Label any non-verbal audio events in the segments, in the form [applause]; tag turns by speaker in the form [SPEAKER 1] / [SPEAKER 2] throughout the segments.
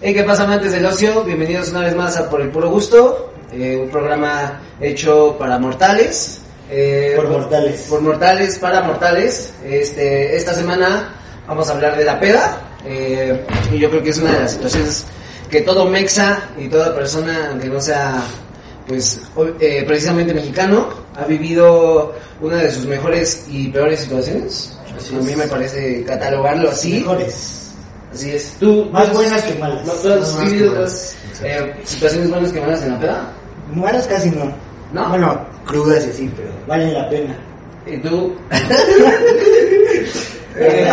[SPEAKER 1] Hey, ¿qué pasa amantes del ocio? Bienvenidos una vez más a Por el Puro Gusto, eh, un programa hecho para mortales. eh,
[SPEAKER 2] Por mortales.
[SPEAKER 1] Por mortales, para mortales. Este, esta semana vamos a hablar de la peda, eh, y yo creo que es una de las situaciones que todo mexa y toda persona, aunque no sea pues o- eh, precisamente mexicano, ha vivido una de sus mejores y peores situaciones.
[SPEAKER 2] Así
[SPEAKER 1] a mí
[SPEAKER 2] es.
[SPEAKER 1] me parece catalogarlo así.
[SPEAKER 2] Mejores.
[SPEAKER 1] Así es. Tú,
[SPEAKER 2] Más
[SPEAKER 1] tú-
[SPEAKER 2] buenas que malas.
[SPEAKER 1] No, tú has
[SPEAKER 2] Más
[SPEAKER 1] vivido
[SPEAKER 2] que
[SPEAKER 1] otras, eh, situaciones buenas que malas en la peda.
[SPEAKER 2] Malas casi no.
[SPEAKER 1] No.
[SPEAKER 2] Bueno, crudas y así, pero valen la pena.
[SPEAKER 1] [laughs]
[SPEAKER 2] [laughs]
[SPEAKER 1] Y tú. Eh,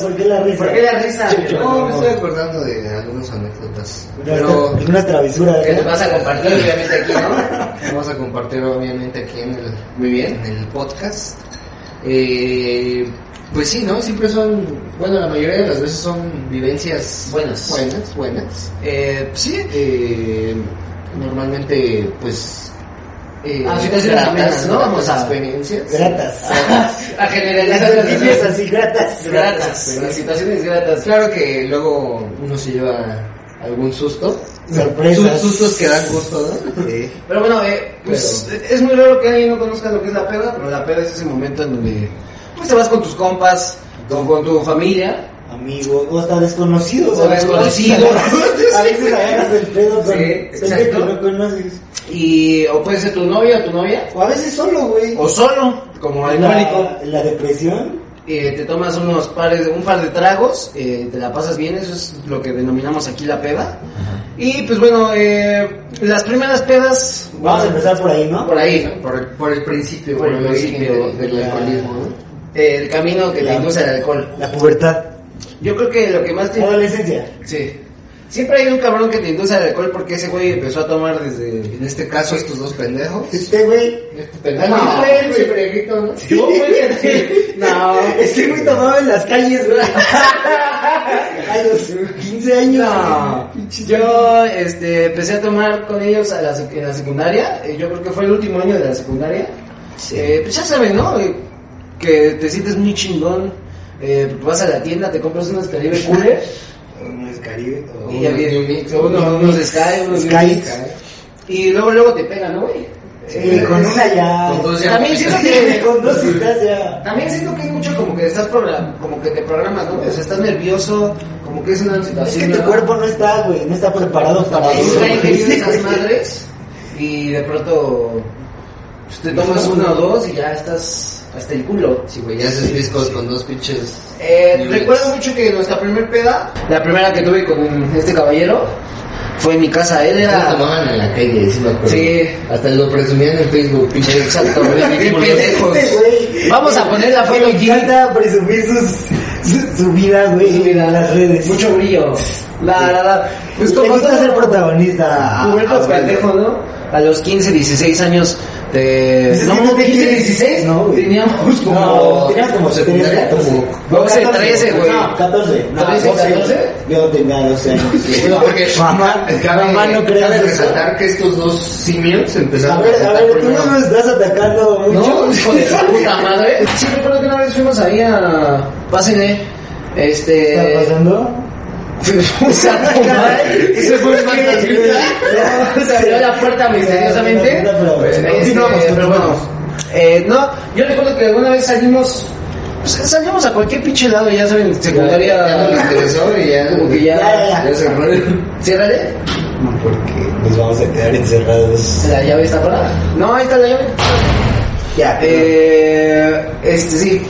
[SPEAKER 2] ¿Por qué la- por qué la risa?
[SPEAKER 1] ¿Por qué la risa?
[SPEAKER 3] No,
[SPEAKER 1] No,
[SPEAKER 3] me estoy acordando de algunas anécdotas,
[SPEAKER 2] Pero
[SPEAKER 3] pero
[SPEAKER 2] Una travesura.
[SPEAKER 1] que
[SPEAKER 2] ¿verdad?
[SPEAKER 1] te vas a compartir obviamente aquí, ¿no?
[SPEAKER 3] vamos a compartir obviamente aquí en el,
[SPEAKER 1] Muy bien.
[SPEAKER 3] en el podcast. Eh, pues sí, ¿no? Siempre son, bueno, la mayoría de las veces son vivencias
[SPEAKER 1] Buenas.
[SPEAKER 3] buenas, buenas. Eh, sí, eh, normalmente pues... Eh,
[SPEAKER 1] Ah, situaciones
[SPEAKER 3] gratas,
[SPEAKER 1] amenas, ¿no? Vamos a-
[SPEAKER 3] experiencias.
[SPEAKER 2] Gratas.
[SPEAKER 1] A generalizar
[SPEAKER 2] [laughs] Las
[SPEAKER 1] las
[SPEAKER 2] noticias
[SPEAKER 1] situaciones
[SPEAKER 2] así, gratas.
[SPEAKER 1] [laughs] gratas. Las situaciones gratas.
[SPEAKER 3] Claro que luego uno se lleva algún susto.
[SPEAKER 2] Sorpresas.
[SPEAKER 3] Sus- Sustos que dan gusto, ¿no?
[SPEAKER 2] Sí.
[SPEAKER 1] Pero bueno, eh, pues, es muy raro que alguien no conozca lo que es la peda, pero la peda es ese momento en donde pues, te vas con tus compas, con, con tu familia,
[SPEAKER 2] Amigo, o hasta desconocidos.
[SPEAKER 1] O
[SPEAKER 2] a veces.
[SPEAKER 1] desconocidos.
[SPEAKER 2] [laughs] A veces agarras el pedo con
[SPEAKER 1] Sí,
[SPEAKER 2] gente que
[SPEAKER 1] exacto.
[SPEAKER 2] no conoces.
[SPEAKER 1] y o puede ser tu novia o tu novia,
[SPEAKER 2] O a veces solo, güey.
[SPEAKER 1] o solo, como alcohólico.
[SPEAKER 2] La, la depresión.
[SPEAKER 1] eh, te tomas unos pares, un par de tragos, eh, te la pasas bien, eso es lo que denominamos aquí la peda. Y pues bueno, eh, las primeras pedas,
[SPEAKER 2] Vamos a empezar por ahí, ¿no?
[SPEAKER 1] por ahí,
[SPEAKER 3] Por el, por el principio,
[SPEAKER 1] Por
[SPEAKER 3] por
[SPEAKER 1] el
[SPEAKER 3] el origen
[SPEAKER 1] principio
[SPEAKER 3] de- del
[SPEAKER 2] de la-
[SPEAKER 3] alcoholismo, ¿no?
[SPEAKER 1] eh, el camino que te
[SPEAKER 2] Claro.
[SPEAKER 1] induce al alcohol.
[SPEAKER 2] La Ah. pubertad.
[SPEAKER 1] Yo creo que lo que más te...
[SPEAKER 2] Adolescencia.
[SPEAKER 1] Sí. Siempre hay un cabrón que te induce al alcohol porque ese güey empezó a tomar desde...
[SPEAKER 3] En este caso, estos dos pendejos.
[SPEAKER 2] Este güey,
[SPEAKER 3] Este pendejo.
[SPEAKER 1] No,
[SPEAKER 3] No,
[SPEAKER 1] Ah, güey.
[SPEAKER 3] el cibreguito, ¿no?
[SPEAKER 2] [laughs]
[SPEAKER 1] No,
[SPEAKER 2] este güey tomaba en las
[SPEAKER 1] [laughs]
[SPEAKER 2] calles, güey. A los 15 años.
[SPEAKER 1] No, yo este, empecé a tomar con ellos a la, sec- en la secundaria, eh, yo creo que fue el último año de la secundaria. Eh, pues ya saben, ¿no? Eh, que te sientes muy chingón, eh, vas a la tienda, te compras unos Caribe Cooler
[SPEAKER 2] No es Caribe.
[SPEAKER 3] O
[SPEAKER 1] y ya
[SPEAKER 3] unos
[SPEAKER 1] viene-
[SPEAKER 3] New Mix,
[SPEAKER 1] uno-
[SPEAKER 3] unos
[SPEAKER 1] unos,
[SPEAKER 3] New Mix.
[SPEAKER 1] Sky, unos
[SPEAKER 2] Sky.
[SPEAKER 1] New Mix, ¿eh? Y luego, luego te pegan, ¿no, güey?
[SPEAKER 2] Sí,
[SPEAKER 1] Eh,
[SPEAKER 2] con una ya.
[SPEAKER 3] Con dos ya.
[SPEAKER 1] También siento que...
[SPEAKER 2] Con dos citas ya.
[SPEAKER 1] También siento que es mucho como que estás program- como que te programas, ¿no? O sea, estás nervioso, como que es una situación.
[SPEAKER 2] Es que tu
[SPEAKER 1] nueva.
[SPEAKER 2] cuerpo no está, güey, no está preparado para
[SPEAKER 1] Ahí
[SPEAKER 2] eso.
[SPEAKER 1] está ingeniero
[SPEAKER 2] güey.
[SPEAKER 1] esas madres y de pronto pues, te tomas uno o dos y ya estás hasta el culo.
[SPEAKER 3] Sí, güey, ya haces discos con dos pinches.
[SPEAKER 1] Eh,
[SPEAKER 3] New
[SPEAKER 1] recuerdo
[SPEAKER 3] Mix.
[SPEAKER 1] mucho que nuestra primer peda, la primera que tuve con este caballero, fue en mi casa. Él
[SPEAKER 3] Se
[SPEAKER 1] era...
[SPEAKER 3] tomaban en la calle, sí me acuerdo.
[SPEAKER 1] Sí.
[SPEAKER 3] Hasta lo presumían en Facebook, pinche
[SPEAKER 1] Exacto, güey, [laughs] qué pendejos.
[SPEAKER 2] Este güey.
[SPEAKER 1] Vamos a poner la
[SPEAKER 2] que
[SPEAKER 1] foto
[SPEAKER 2] Le
[SPEAKER 1] aquí.
[SPEAKER 2] encanta presumir sus, su, su vida, güey, en las redes.
[SPEAKER 1] Mucho brillo. La, la, la. Pues
[SPEAKER 2] Le
[SPEAKER 1] como
[SPEAKER 2] gusta
[SPEAKER 1] todo-
[SPEAKER 2] ser protagonista. Ah, a-
[SPEAKER 1] Humberto
[SPEAKER 2] a-
[SPEAKER 1] pendejo, ¿no? A los 15, 16 años de...
[SPEAKER 2] Dices,
[SPEAKER 1] No,
[SPEAKER 2] ¿qué
[SPEAKER 1] 15,
[SPEAKER 2] quieres?
[SPEAKER 1] 16,
[SPEAKER 2] No, güey.
[SPEAKER 1] teníamos como...
[SPEAKER 2] No, tenías como 13,
[SPEAKER 3] secundaria,
[SPEAKER 2] 14.
[SPEAKER 1] como 12, 13, güey.
[SPEAKER 2] No, 14. No,
[SPEAKER 1] 13,
[SPEAKER 2] 12.
[SPEAKER 1] 14.
[SPEAKER 2] Yo tenía 12 años.
[SPEAKER 3] Bueno,
[SPEAKER 1] [laughs]
[SPEAKER 3] porque
[SPEAKER 2] mamá,
[SPEAKER 3] cabe,
[SPEAKER 2] mamá no creas
[SPEAKER 3] cabe
[SPEAKER 2] eso.
[SPEAKER 3] resaltar que estos dos simios
[SPEAKER 2] A
[SPEAKER 3] empezaron
[SPEAKER 2] ver, a
[SPEAKER 3] cantar
[SPEAKER 2] ver, tú
[SPEAKER 3] primero.
[SPEAKER 2] no me estás atacando mucho.
[SPEAKER 1] No, hijo de su puta madre. Sí, recuerdo que una vez fuimos ahí a... Pásenle.
[SPEAKER 2] ¿Qué está
[SPEAKER 1] Este...
[SPEAKER 2] pasando?
[SPEAKER 1] Fuimos a tomar. Ese fue el fantasma. Se abrió la puerta misteriosamente.
[SPEAKER 2] No, no, no, pero-
[SPEAKER 1] Este,
[SPEAKER 2] continuamos,
[SPEAKER 1] pero bueno.
[SPEAKER 2] continuamos.
[SPEAKER 1] Eh, no, yo recuerdo que alguna vez salimos... Pues salimos a cualquier pinche lado, ya saben, secundaria...
[SPEAKER 3] Ya no le interesó y ya.
[SPEAKER 1] Como que ya...
[SPEAKER 2] Ya, ya, ya.
[SPEAKER 3] Ya se armó el-
[SPEAKER 1] Ciérrale.
[SPEAKER 2] Porque nos vamos a quedar encerrados.
[SPEAKER 1] La llave está afuera. No, ahí está la llave.
[SPEAKER 2] Ya,
[SPEAKER 1] Eh, este sí.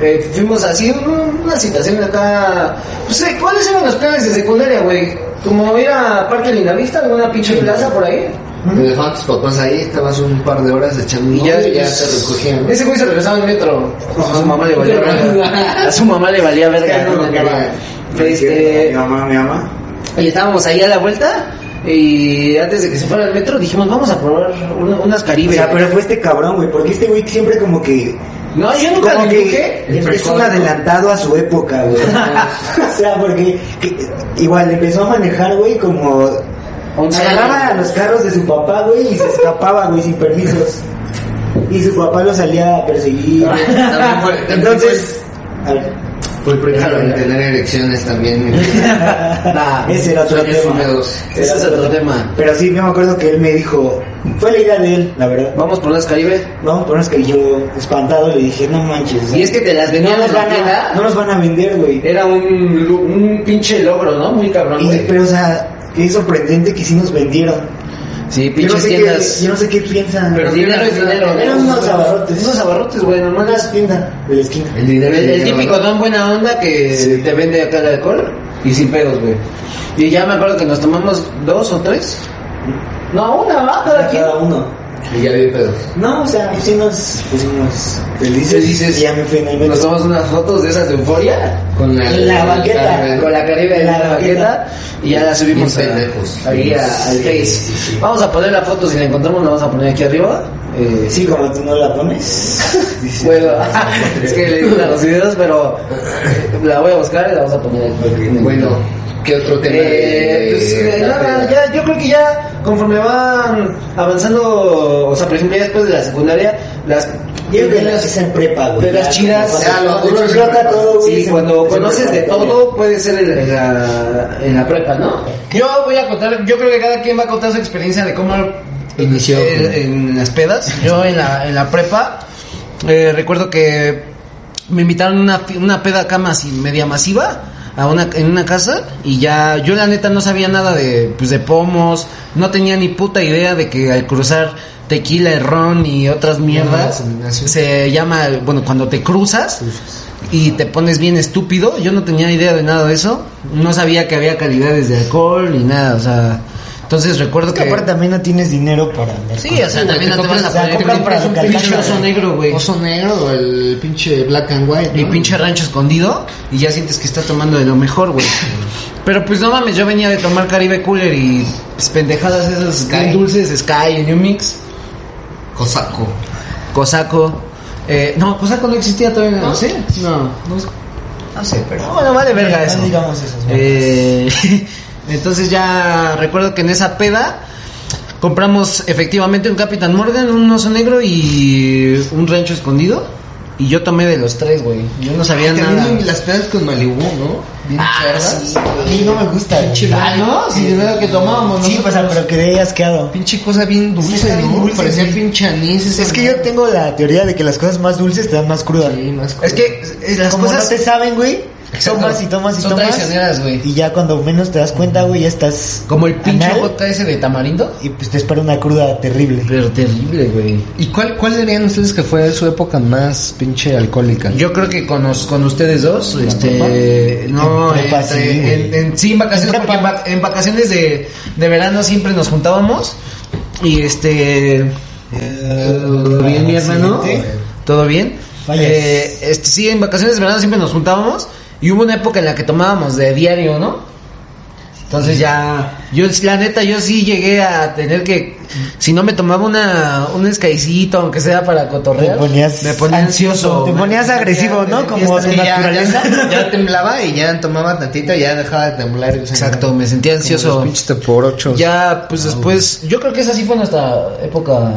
[SPEAKER 1] Eh, fuimos así, un- una situación acá. Pues, eh, ¿cuáles eran los planes de secundaria, güey? Como ir a Parque Lindavista, alguna pinche plaza por ahí.
[SPEAKER 3] Me dejaban tus papás ahí, estabas un par de horas echando
[SPEAKER 1] Y ya,
[SPEAKER 3] y ya
[SPEAKER 1] se
[SPEAKER 3] te recogían.
[SPEAKER 1] pues, [laughs] Ese güey se regresaba en metro. A su mamá le valía verga. [laughs]
[SPEAKER 2] verga.
[SPEAKER 1] A su mamá le valía verga.
[SPEAKER 2] no lo quería.
[SPEAKER 1] Este,
[SPEAKER 2] Mi mamá, mi mamá.
[SPEAKER 1] y estábamos ahí a la vuelta. Y antes de que se fuera al metro dijimos, vamos a probar una- unas
[SPEAKER 2] O
[SPEAKER 1] caribes.
[SPEAKER 2] sea, pero fue este cabrón, güey, porque este güey siempre como que...
[SPEAKER 1] No, Ah, yo nunca
[SPEAKER 2] Como
[SPEAKER 1] le
[SPEAKER 2] que
[SPEAKER 1] dije.
[SPEAKER 3] El
[SPEAKER 2] es
[SPEAKER 3] precoz,
[SPEAKER 2] un
[SPEAKER 3] ¿no?
[SPEAKER 2] adelantado a su época,
[SPEAKER 1] [laughs]
[SPEAKER 2] güey. o sea, porque que- igual empezó a manejar, güey, como...
[SPEAKER 1] Once
[SPEAKER 2] Agarraba
[SPEAKER 1] años.
[SPEAKER 2] a los carros de su papá, güey, y se escapaba, güey, sin permisos. Y su papá lo salía a perseguir.
[SPEAKER 3] También fue- también
[SPEAKER 2] Entonces... A ver.
[SPEAKER 3] Fue precario en tener
[SPEAKER 1] [laughs]
[SPEAKER 3] elecciones también.
[SPEAKER 1] Nah,
[SPEAKER 2] Ese era otro
[SPEAKER 3] Sueños
[SPEAKER 2] tema.
[SPEAKER 3] húmedos.
[SPEAKER 1] Ah, ese es otro tema.
[SPEAKER 2] Pero sí, yo me acuerdo que él me dijo... Fue la idea de él, la verdad.
[SPEAKER 1] Vamos por unas caribes.
[SPEAKER 2] Vamos, pero es que yo, espantado, le dije, no manches.
[SPEAKER 1] Y es que te las
[SPEAKER 2] no
[SPEAKER 1] vendían
[SPEAKER 2] nos
[SPEAKER 1] en la
[SPEAKER 2] van a,
[SPEAKER 1] tienda.
[SPEAKER 2] no nos van a vender, güey.
[SPEAKER 1] Era un, lu- un pinche logro, ¿no? Muy cabrón,
[SPEAKER 2] Y-
[SPEAKER 1] güey.
[SPEAKER 2] Pero, o sea, es sorprendente que sí nos vendieron.
[SPEAKER 1] Sí,
[SPEAKER 2] Yo no
[SPEAKER 1] pinches
[SPEAKER 2] sé
[SPEAKER 1] tiendas.
[SPEAKER 2] qué, yo no sé qué piensan.
[SPEAKER 1] Pero dinero es dinero.
[SPEAKER 2] Eran unos abarrotes.
[SPEAKER 1] Unos abarrotes, güey,
[SPEAKER 2] No
[SPEAKER 1] nomás
[SPEAKER 2] las tienda de la esquina.
[SPEAKER 3] El
[SPEAKER 1] El,
[SPEAKER 3] dinero. es
[SPEAKER 1] el
[SPEAKER 3] dinero,
[SPEAKER 1] típico
[SPEAKER 3] ¿no?
[SPEAKER 1] don buena onda que
[SPEAKER 2] Sí.
[SPEAKER 1] te vende acá el alcohol y sin pedos, güey. Y ya me acuerdo que nos tomamos dos o tres. No, una va cada quien.
[SPEAKER 2] Cada uno.
[SPEAKER 3] Y ya había pedos.
[SPEAKER 2] No, o sea, pues sí nos pusimos felices.
[SPEAKER 1] Felices.
[SPEAKER 2] Y ya me fui en el metro.
[SPEAKER 1] Nos tomamos unas fotos de esas de euforia
[SPEAKER 3] Con
[SPEAKER 2] En la banqueta.
[SPEAKER 1] con la Caribe en
[SPEAKER 2] La
[SPEAKER 1] la banqueta y ya la subimos
[SPEAKER 3] Bien
[SPEAKER 1] a-
[SPEAKER 3] pendejos.
[SPEAKER 1] ahí a- al
[SPEAKER 3] Sí,
[SPEAKER 1] Face.
[SPEAKER 3] sí, sí.
[SPEAKER 1] Vamos a poner la foto, si la encontramos la vamos a poner aquí arriba. Eh,
[SPEAKER 2] Sí, como tú no la pones.
[SPEAKER 1] [laughs] sí, bueno, [laughs] es que le digo a los videos, pero la voy a buscar y la vamos a poner aquí.
[SPEAKER 3] Bueno, ¿qué otro tema?
[SPEAKER 1] Eh, pues,
[SPEAKER 3] de- de-
[SPEAKER 1] eh, nada,
[SPEAKER 3] de-
[SPEAKER 1] ya, yo creo que ya conforme van avanzando, o sea, por ejemplo, ya después de la secundaria, las
[SPEAKER 2] Yo creo que las hice en prepa, güey.
[SPEAKER 1] de las chidas,
[SPEAKER 2] Ya,
[SPEAKER 3] ah, lo
[SPEAKER 2] cuando
[SPEAKER 3] duro es
[SPEAKER 2] explota
[SPEAKER 3] en prepa.
[SPEAKER 2] todo, güey,
[SPEAKER 1] Sí,
[SPEAKER 2] se-
[SPEAKER 1] cuando
[SPEAKER 2] se
[SPEAKER 1] conoces de
[SPEAKER 2] explota
[SPEAKER 1] todo, puede ser en, en la, en la prepa, ¿no?
[SPEAKER 3] Yo voy a contar, yo creo que cada quien va a contar su experiencia de cómo inició
[SPEAKER 1] Eh, en las pedas, yo en la, en la prepa, eh, recuerdo que me invitaron a una, fi- una peda acá masi- media masiva a una, en una casa y ya yo la neta no sabía nada de, pues, de pomos, no tenía ni puta idea de que al cruzar tequila, ron y otras mierdas, se llama, bueno, cuando te cruzas y te pones bien estúpido, yo no tenía idea de nada de eso, no sabía que había calidades de alcohol ni nada, o sea, entonces recuerdo
[SPEAKER 2] Es que
[SPEAKER 1] que...
[SPEAKER 2] aparte también no tienes dinero para andar.
[SPEAKER 1] Sí, o sea, también no te
[SPEAKER 3] compras-
[SPEAKER 1] vas a
[SPEAKER 2] o sea,
[SPEAKER 1] poner, te compras
[SPEAKER 2] compras para
[SPEAKER 1] un
[SPEAKER 2] lo que
[SPEAKER 1] pinche
[SPEAKER 2] alcanza,
[SPEAKER 1] oso
[SPEAKER 2] güey.
[SPEAKER 1] negro, güey.
[SPEAKER 3] Oso negro, el pinche black and white.
[SPEAKER 1] Y
[SPEAKER 3] ¿no?
[SPEAKER 1] pinche rancho escondido y ya sientes que estás tomando de lo mejor, güey. Pero pues no mames, yo venía de tomar Caribe Cooler y pues, pendejadas esas
[SPEAKER 3] Sky.
[SPEAKER 1] bien dulces, Sky, New Mix,
[SPEAKER 3] cosaco.
[SPEAKER 1] Cosaco. Eh, no, Cosaco no existía todavía, ¿no? ¿Sí?
[SPEAKER 3] No, no, no sé, Ah, pero.
[SPEAKER 1] No, bueno, vale verga eso.
[SPEAKER 2] No digamos eso.
[SPEAKER 1] Eh, [laughs] entonces ya recuerdo que en esa peda compramos efectivamente un Capitán Morgan, un oso negro y un rancho escondido. Y yo tomé de los tres, güey. Yo no sabía nada.
[SPEAKER 3] También Ah, las pedas con Malibu, ¿no? Bien cerdas.
[SPEAKER 2] A mí no me gusta.
[SPEAKER 3] Pinche
[SPEAKER 2] Ah,
[SPEAKER 3] ¿no? Sí, de verdad que tomábamos,
[SPEAKER 2] Sí,
[SPEAKER 3] ¿no?
[SPEAKER 2] o sea, pero quedé asqueado.
[SPEAKER 3] Pinche cosa bien dulce,
[SPEAKER 2] Sí, está bien
[SPEAKER 3] ¿no?
[SPEAKER 2] dulce,
[SPEAKER 3] Parecía
[SPEAKER 2] sí.
[SPEAKER 3] pinche anís. esa
[SPEAKER 2] Es que yo
[SPEAKER 3] madre.
[SPEAKER 2] tengo la teoría de que las cosas más dulces te dan más cruda.
[SPEAKER 3] Sí, más
[SPEAKER 1] Es que eh, las
[SPEAKER 2] Como
[SPEAKER 1] cosas
[SPEAKER 2] no te saben, güey,
[SPEAKER 3] Exacto.
[SPEAKER 2] tomas y tomas y
[SPEAKER 3] Son
[SPEAKER 2] tomas.
[SPEAKER 3] traicioneras, güey.
[SPEAKER 2] Y ya cuando menos te das cuenta, güey, ya estás.
[SPEAKER 1] como el pinche
[SPEAKER 2] anal,
[SPEAKER 1] vodka ese de tamarindo.
[SPEAKER 2] Y pues te espera una cruda terrible.
[SPEAKER 1] Pero terrible, güey.
[SPEAKER 3] ¿Y cuál, cuál dirían ustedes que fue su época más pinche alcohólica?
[SPEAKER 1] Yo creo que con, los- con ustedes dos, este, no,
[SPEAKER 2] En prepa,
[SPEAKER 1] entre-
[SPEAKER 2] sí, güey.
[SPEAKER 1] en, en- sí, en vacaciones,
[SPEAKER 2] En
[SPEAKER 1] porque
[SPEAKER 2] prepa.
[SPEAKER 1] en, va- en vacaciones de, de verano siempre nos juntábamos y este, todo bien, mi hermano,
[SPEAKER 2] Siguiente.
[SPEAKER 1] todo bien.
[SPEAKER 2] Vaya.
[SPEAKER 1] Eh, este, sí, en vacaciones de verano siempre nos juntábamos y hubo una época en la que tomábamos de diario, ¿no? Entonces ya, yo la neta, yo sí llegué a tener que, si no me tomaba una, un escaicito, aunque sea para cotorrear,
[SPEAKER 2] Te ponías
[SPEAKER 1] me ponía ansioso.
[SPEAKER 2] ansioso, te
[SPEAKER 1] me
[SPEAKER 2] ponías
[SPEAKER 1] ponía
[SPEAKER 2] agresivo, ¿no?
[SPEAKER 1] de
[SPEAKER 2] Como
[SPEAKER 1] fiesta.
[SPEAKER 2] de
[SPEAKER 1] Sí, ya,
[SPEAKER 2] naturaleza.
[SPEAKER 1] ya- [laughs] ya te-
[SPEAKER 3] temblaba y ya tomaba tantito y ya dejaba de temblar.
[SPEAKER 1] Exacto, me sentía ansioso.
[SPEAKER 3] por ocho.
[SPEAKER 1] Ya, pues después, yo creo que esa sí fue nuestra época.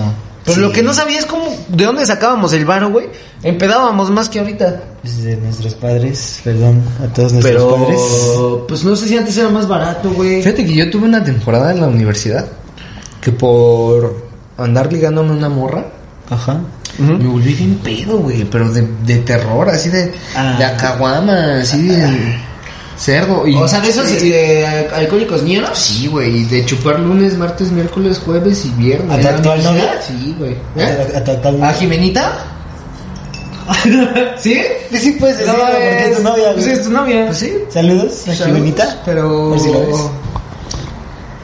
[SPEAKER 1] Pero lo que no sabía es cómo, de dónde sacábamos el varo, güey. Empedábamos más que ahorita.
[SPEAKER 2] Pues de nuestros padres, perdón, a todos nuestros padres.
[SPEAKER 1] Pero, pues no sé si antes era más barato, güey.
[SPEAKER 3] Fíjate que yo tuve una temporada en la universidad que por andar ligándome a una morra
[SPEAKER 2] Ajá.
[SPEAKER 3] me volví bien pedo, güey, pero de, de terror, así de,
[SPEAKER 2] Ah.
[SPEAKER 3] de acaguama, así de cerdo. Y,
[SPEAKER 1] O sea, de esos
[SPEAKER 3] Sí,
[SPEAKER 1] eh, alcohólicos ñeros.
[SPEAKER 3] Sí, güey, y de chupar lunes, martes, miércoles, jueves y viernes.
[SPEAKER 2] ¿A tu
[SPEAKER 3] ¿En la
[SPEAKER 2] actual
[SPEAKER 3] universidad?
[SPEAKER 2] novia?
[SPEAKER 3] Sí, güey. ¿Eh?
[SPEAKER 2] A, a total.
[SPEAKER 1] ¿A Jimenita? ¿Sí?
[SPEAKER 2] sí puedes decirlo porque es tu novia,
[SPEAKER 1] Pues
[SPEAKER 2] güey.
[SPEAKER 1] es tu novia.
[SPEAKER 3] Pues sí.
[SPEAKER 2] Saludos, a Jimenita.
[SPEAKER 3] Pero...
[SPEAKER 2] Por si lo ves.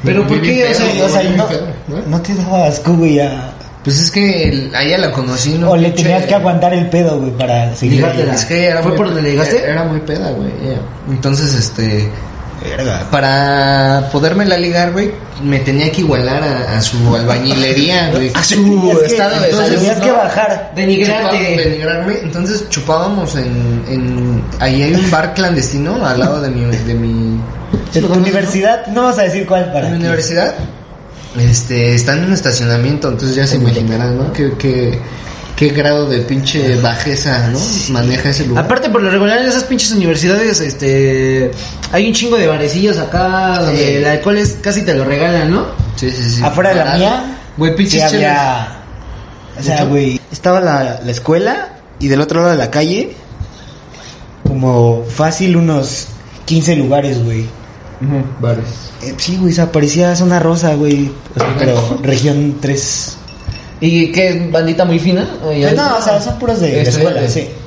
[SPEAKER 1] Pero ¿por
[SPEAKER 3] Viví
[SPEAKER 1] qué? O
[SPEAKER 3] pedo,
[SPEAKER 1] sea,
[SPEAKER 4] O sea,
[SPEAKER 3] viví
[SPEAKER 4] no,
[SPEAKER 3] pedo, ¿no?
[SPEAKER 4] no te daba asco, güey, a-
[SPEAKER 3] Pues es que el- a ella la conocí, ¿no?
[SPEAKER 4] O le
[SPEAKER 3] Pinche-
[SPEAKER 4] tenías que aguantar el pedo, güey, para seguir.
[SPEAKER 1] Ligártela.
[SPEAKER 3] Es que era
[SPEAKER 1] ¿Fue
[SPEAKER 3] muy-
[SPEAKER 1] por donde le llegaste?
[SPEAKER 3] Era muy peda, güey. ella. Entonces, este. Para podérmela ligar, güey, me tenía que igualar a, a su
[SPEAKER 1] [laughs]
[SPEAKER 3] albañilería, güey.
[SPEAKER 1] A su
[SPEAKER 4] Tenías Ah, que-
[SPEAKER 1] estado de
[SPEAKER 4] entonces
[SPEAKER 1] salud.
[SPEAKER 4] Tenías que
[SPEAKER 1] ¿no?
[SPEAKER 4] bajar.
[SPEAKER 3] Chupaba-
[SPEAKER 1] Denigrante.
[SPEAKER 3] denigrarme. Entonces chupábamos en, en. Ahí hay un bar clandestino al lado de mi. De mi
[SPEAKER 4] De tu universidad, no vas a decir cuál para.
[SPEAKER 3] En mi
[SPEAKER 4] qué.
[SPEAKER 3] universidad este, está en un estacionamiento, entonces ya se imaginarán, ¿no? ¿Qué, qué, qué grado de pinche bajeza, ¿no? Maneja ese lugar.
[SPEAKER 1] Aparte, por lo regular en esas pinches universidades, este, hay un chingo de barecillos acá donde el alcohol es casi te lo regalan, ¿no?
[SPEAKER 3] Sí, sí, sí.
[SPEAKER 4] Afuera de la
[SPEAKER 3] Parado.
[SPEAKER 4] mía,
[SPEAKER 3] Güey,
[SPEAKER 4] sí
[SPEAKER 3] pinches chelas.
[SPEAKER 4] había. O sea,
[SPEAKER 2] Mucho.
[SPEAKER 4] güey,
[SPEAKER 2] Estaba la, la escuela y del otro lado de la calle
[SPEAKER 4] como fácil unos 15 lugares, güey.
[SPEAKER 3] Bares.
[SPEAKER 2] Eh, sí, güey, o sea, parecía zona rosa, güey. O sea, pero región 3.
[SPEAKER 1] ¿Y qué es bandita muy fina? Ay, ay.
[SPEAKER 4] no, o sea, son puros de, de
[SPEAKER 2] Este,
[SPEAKER 4] escuela,
[SPEAKER 3] Estudiantes.
[SPEAKER 4] sí.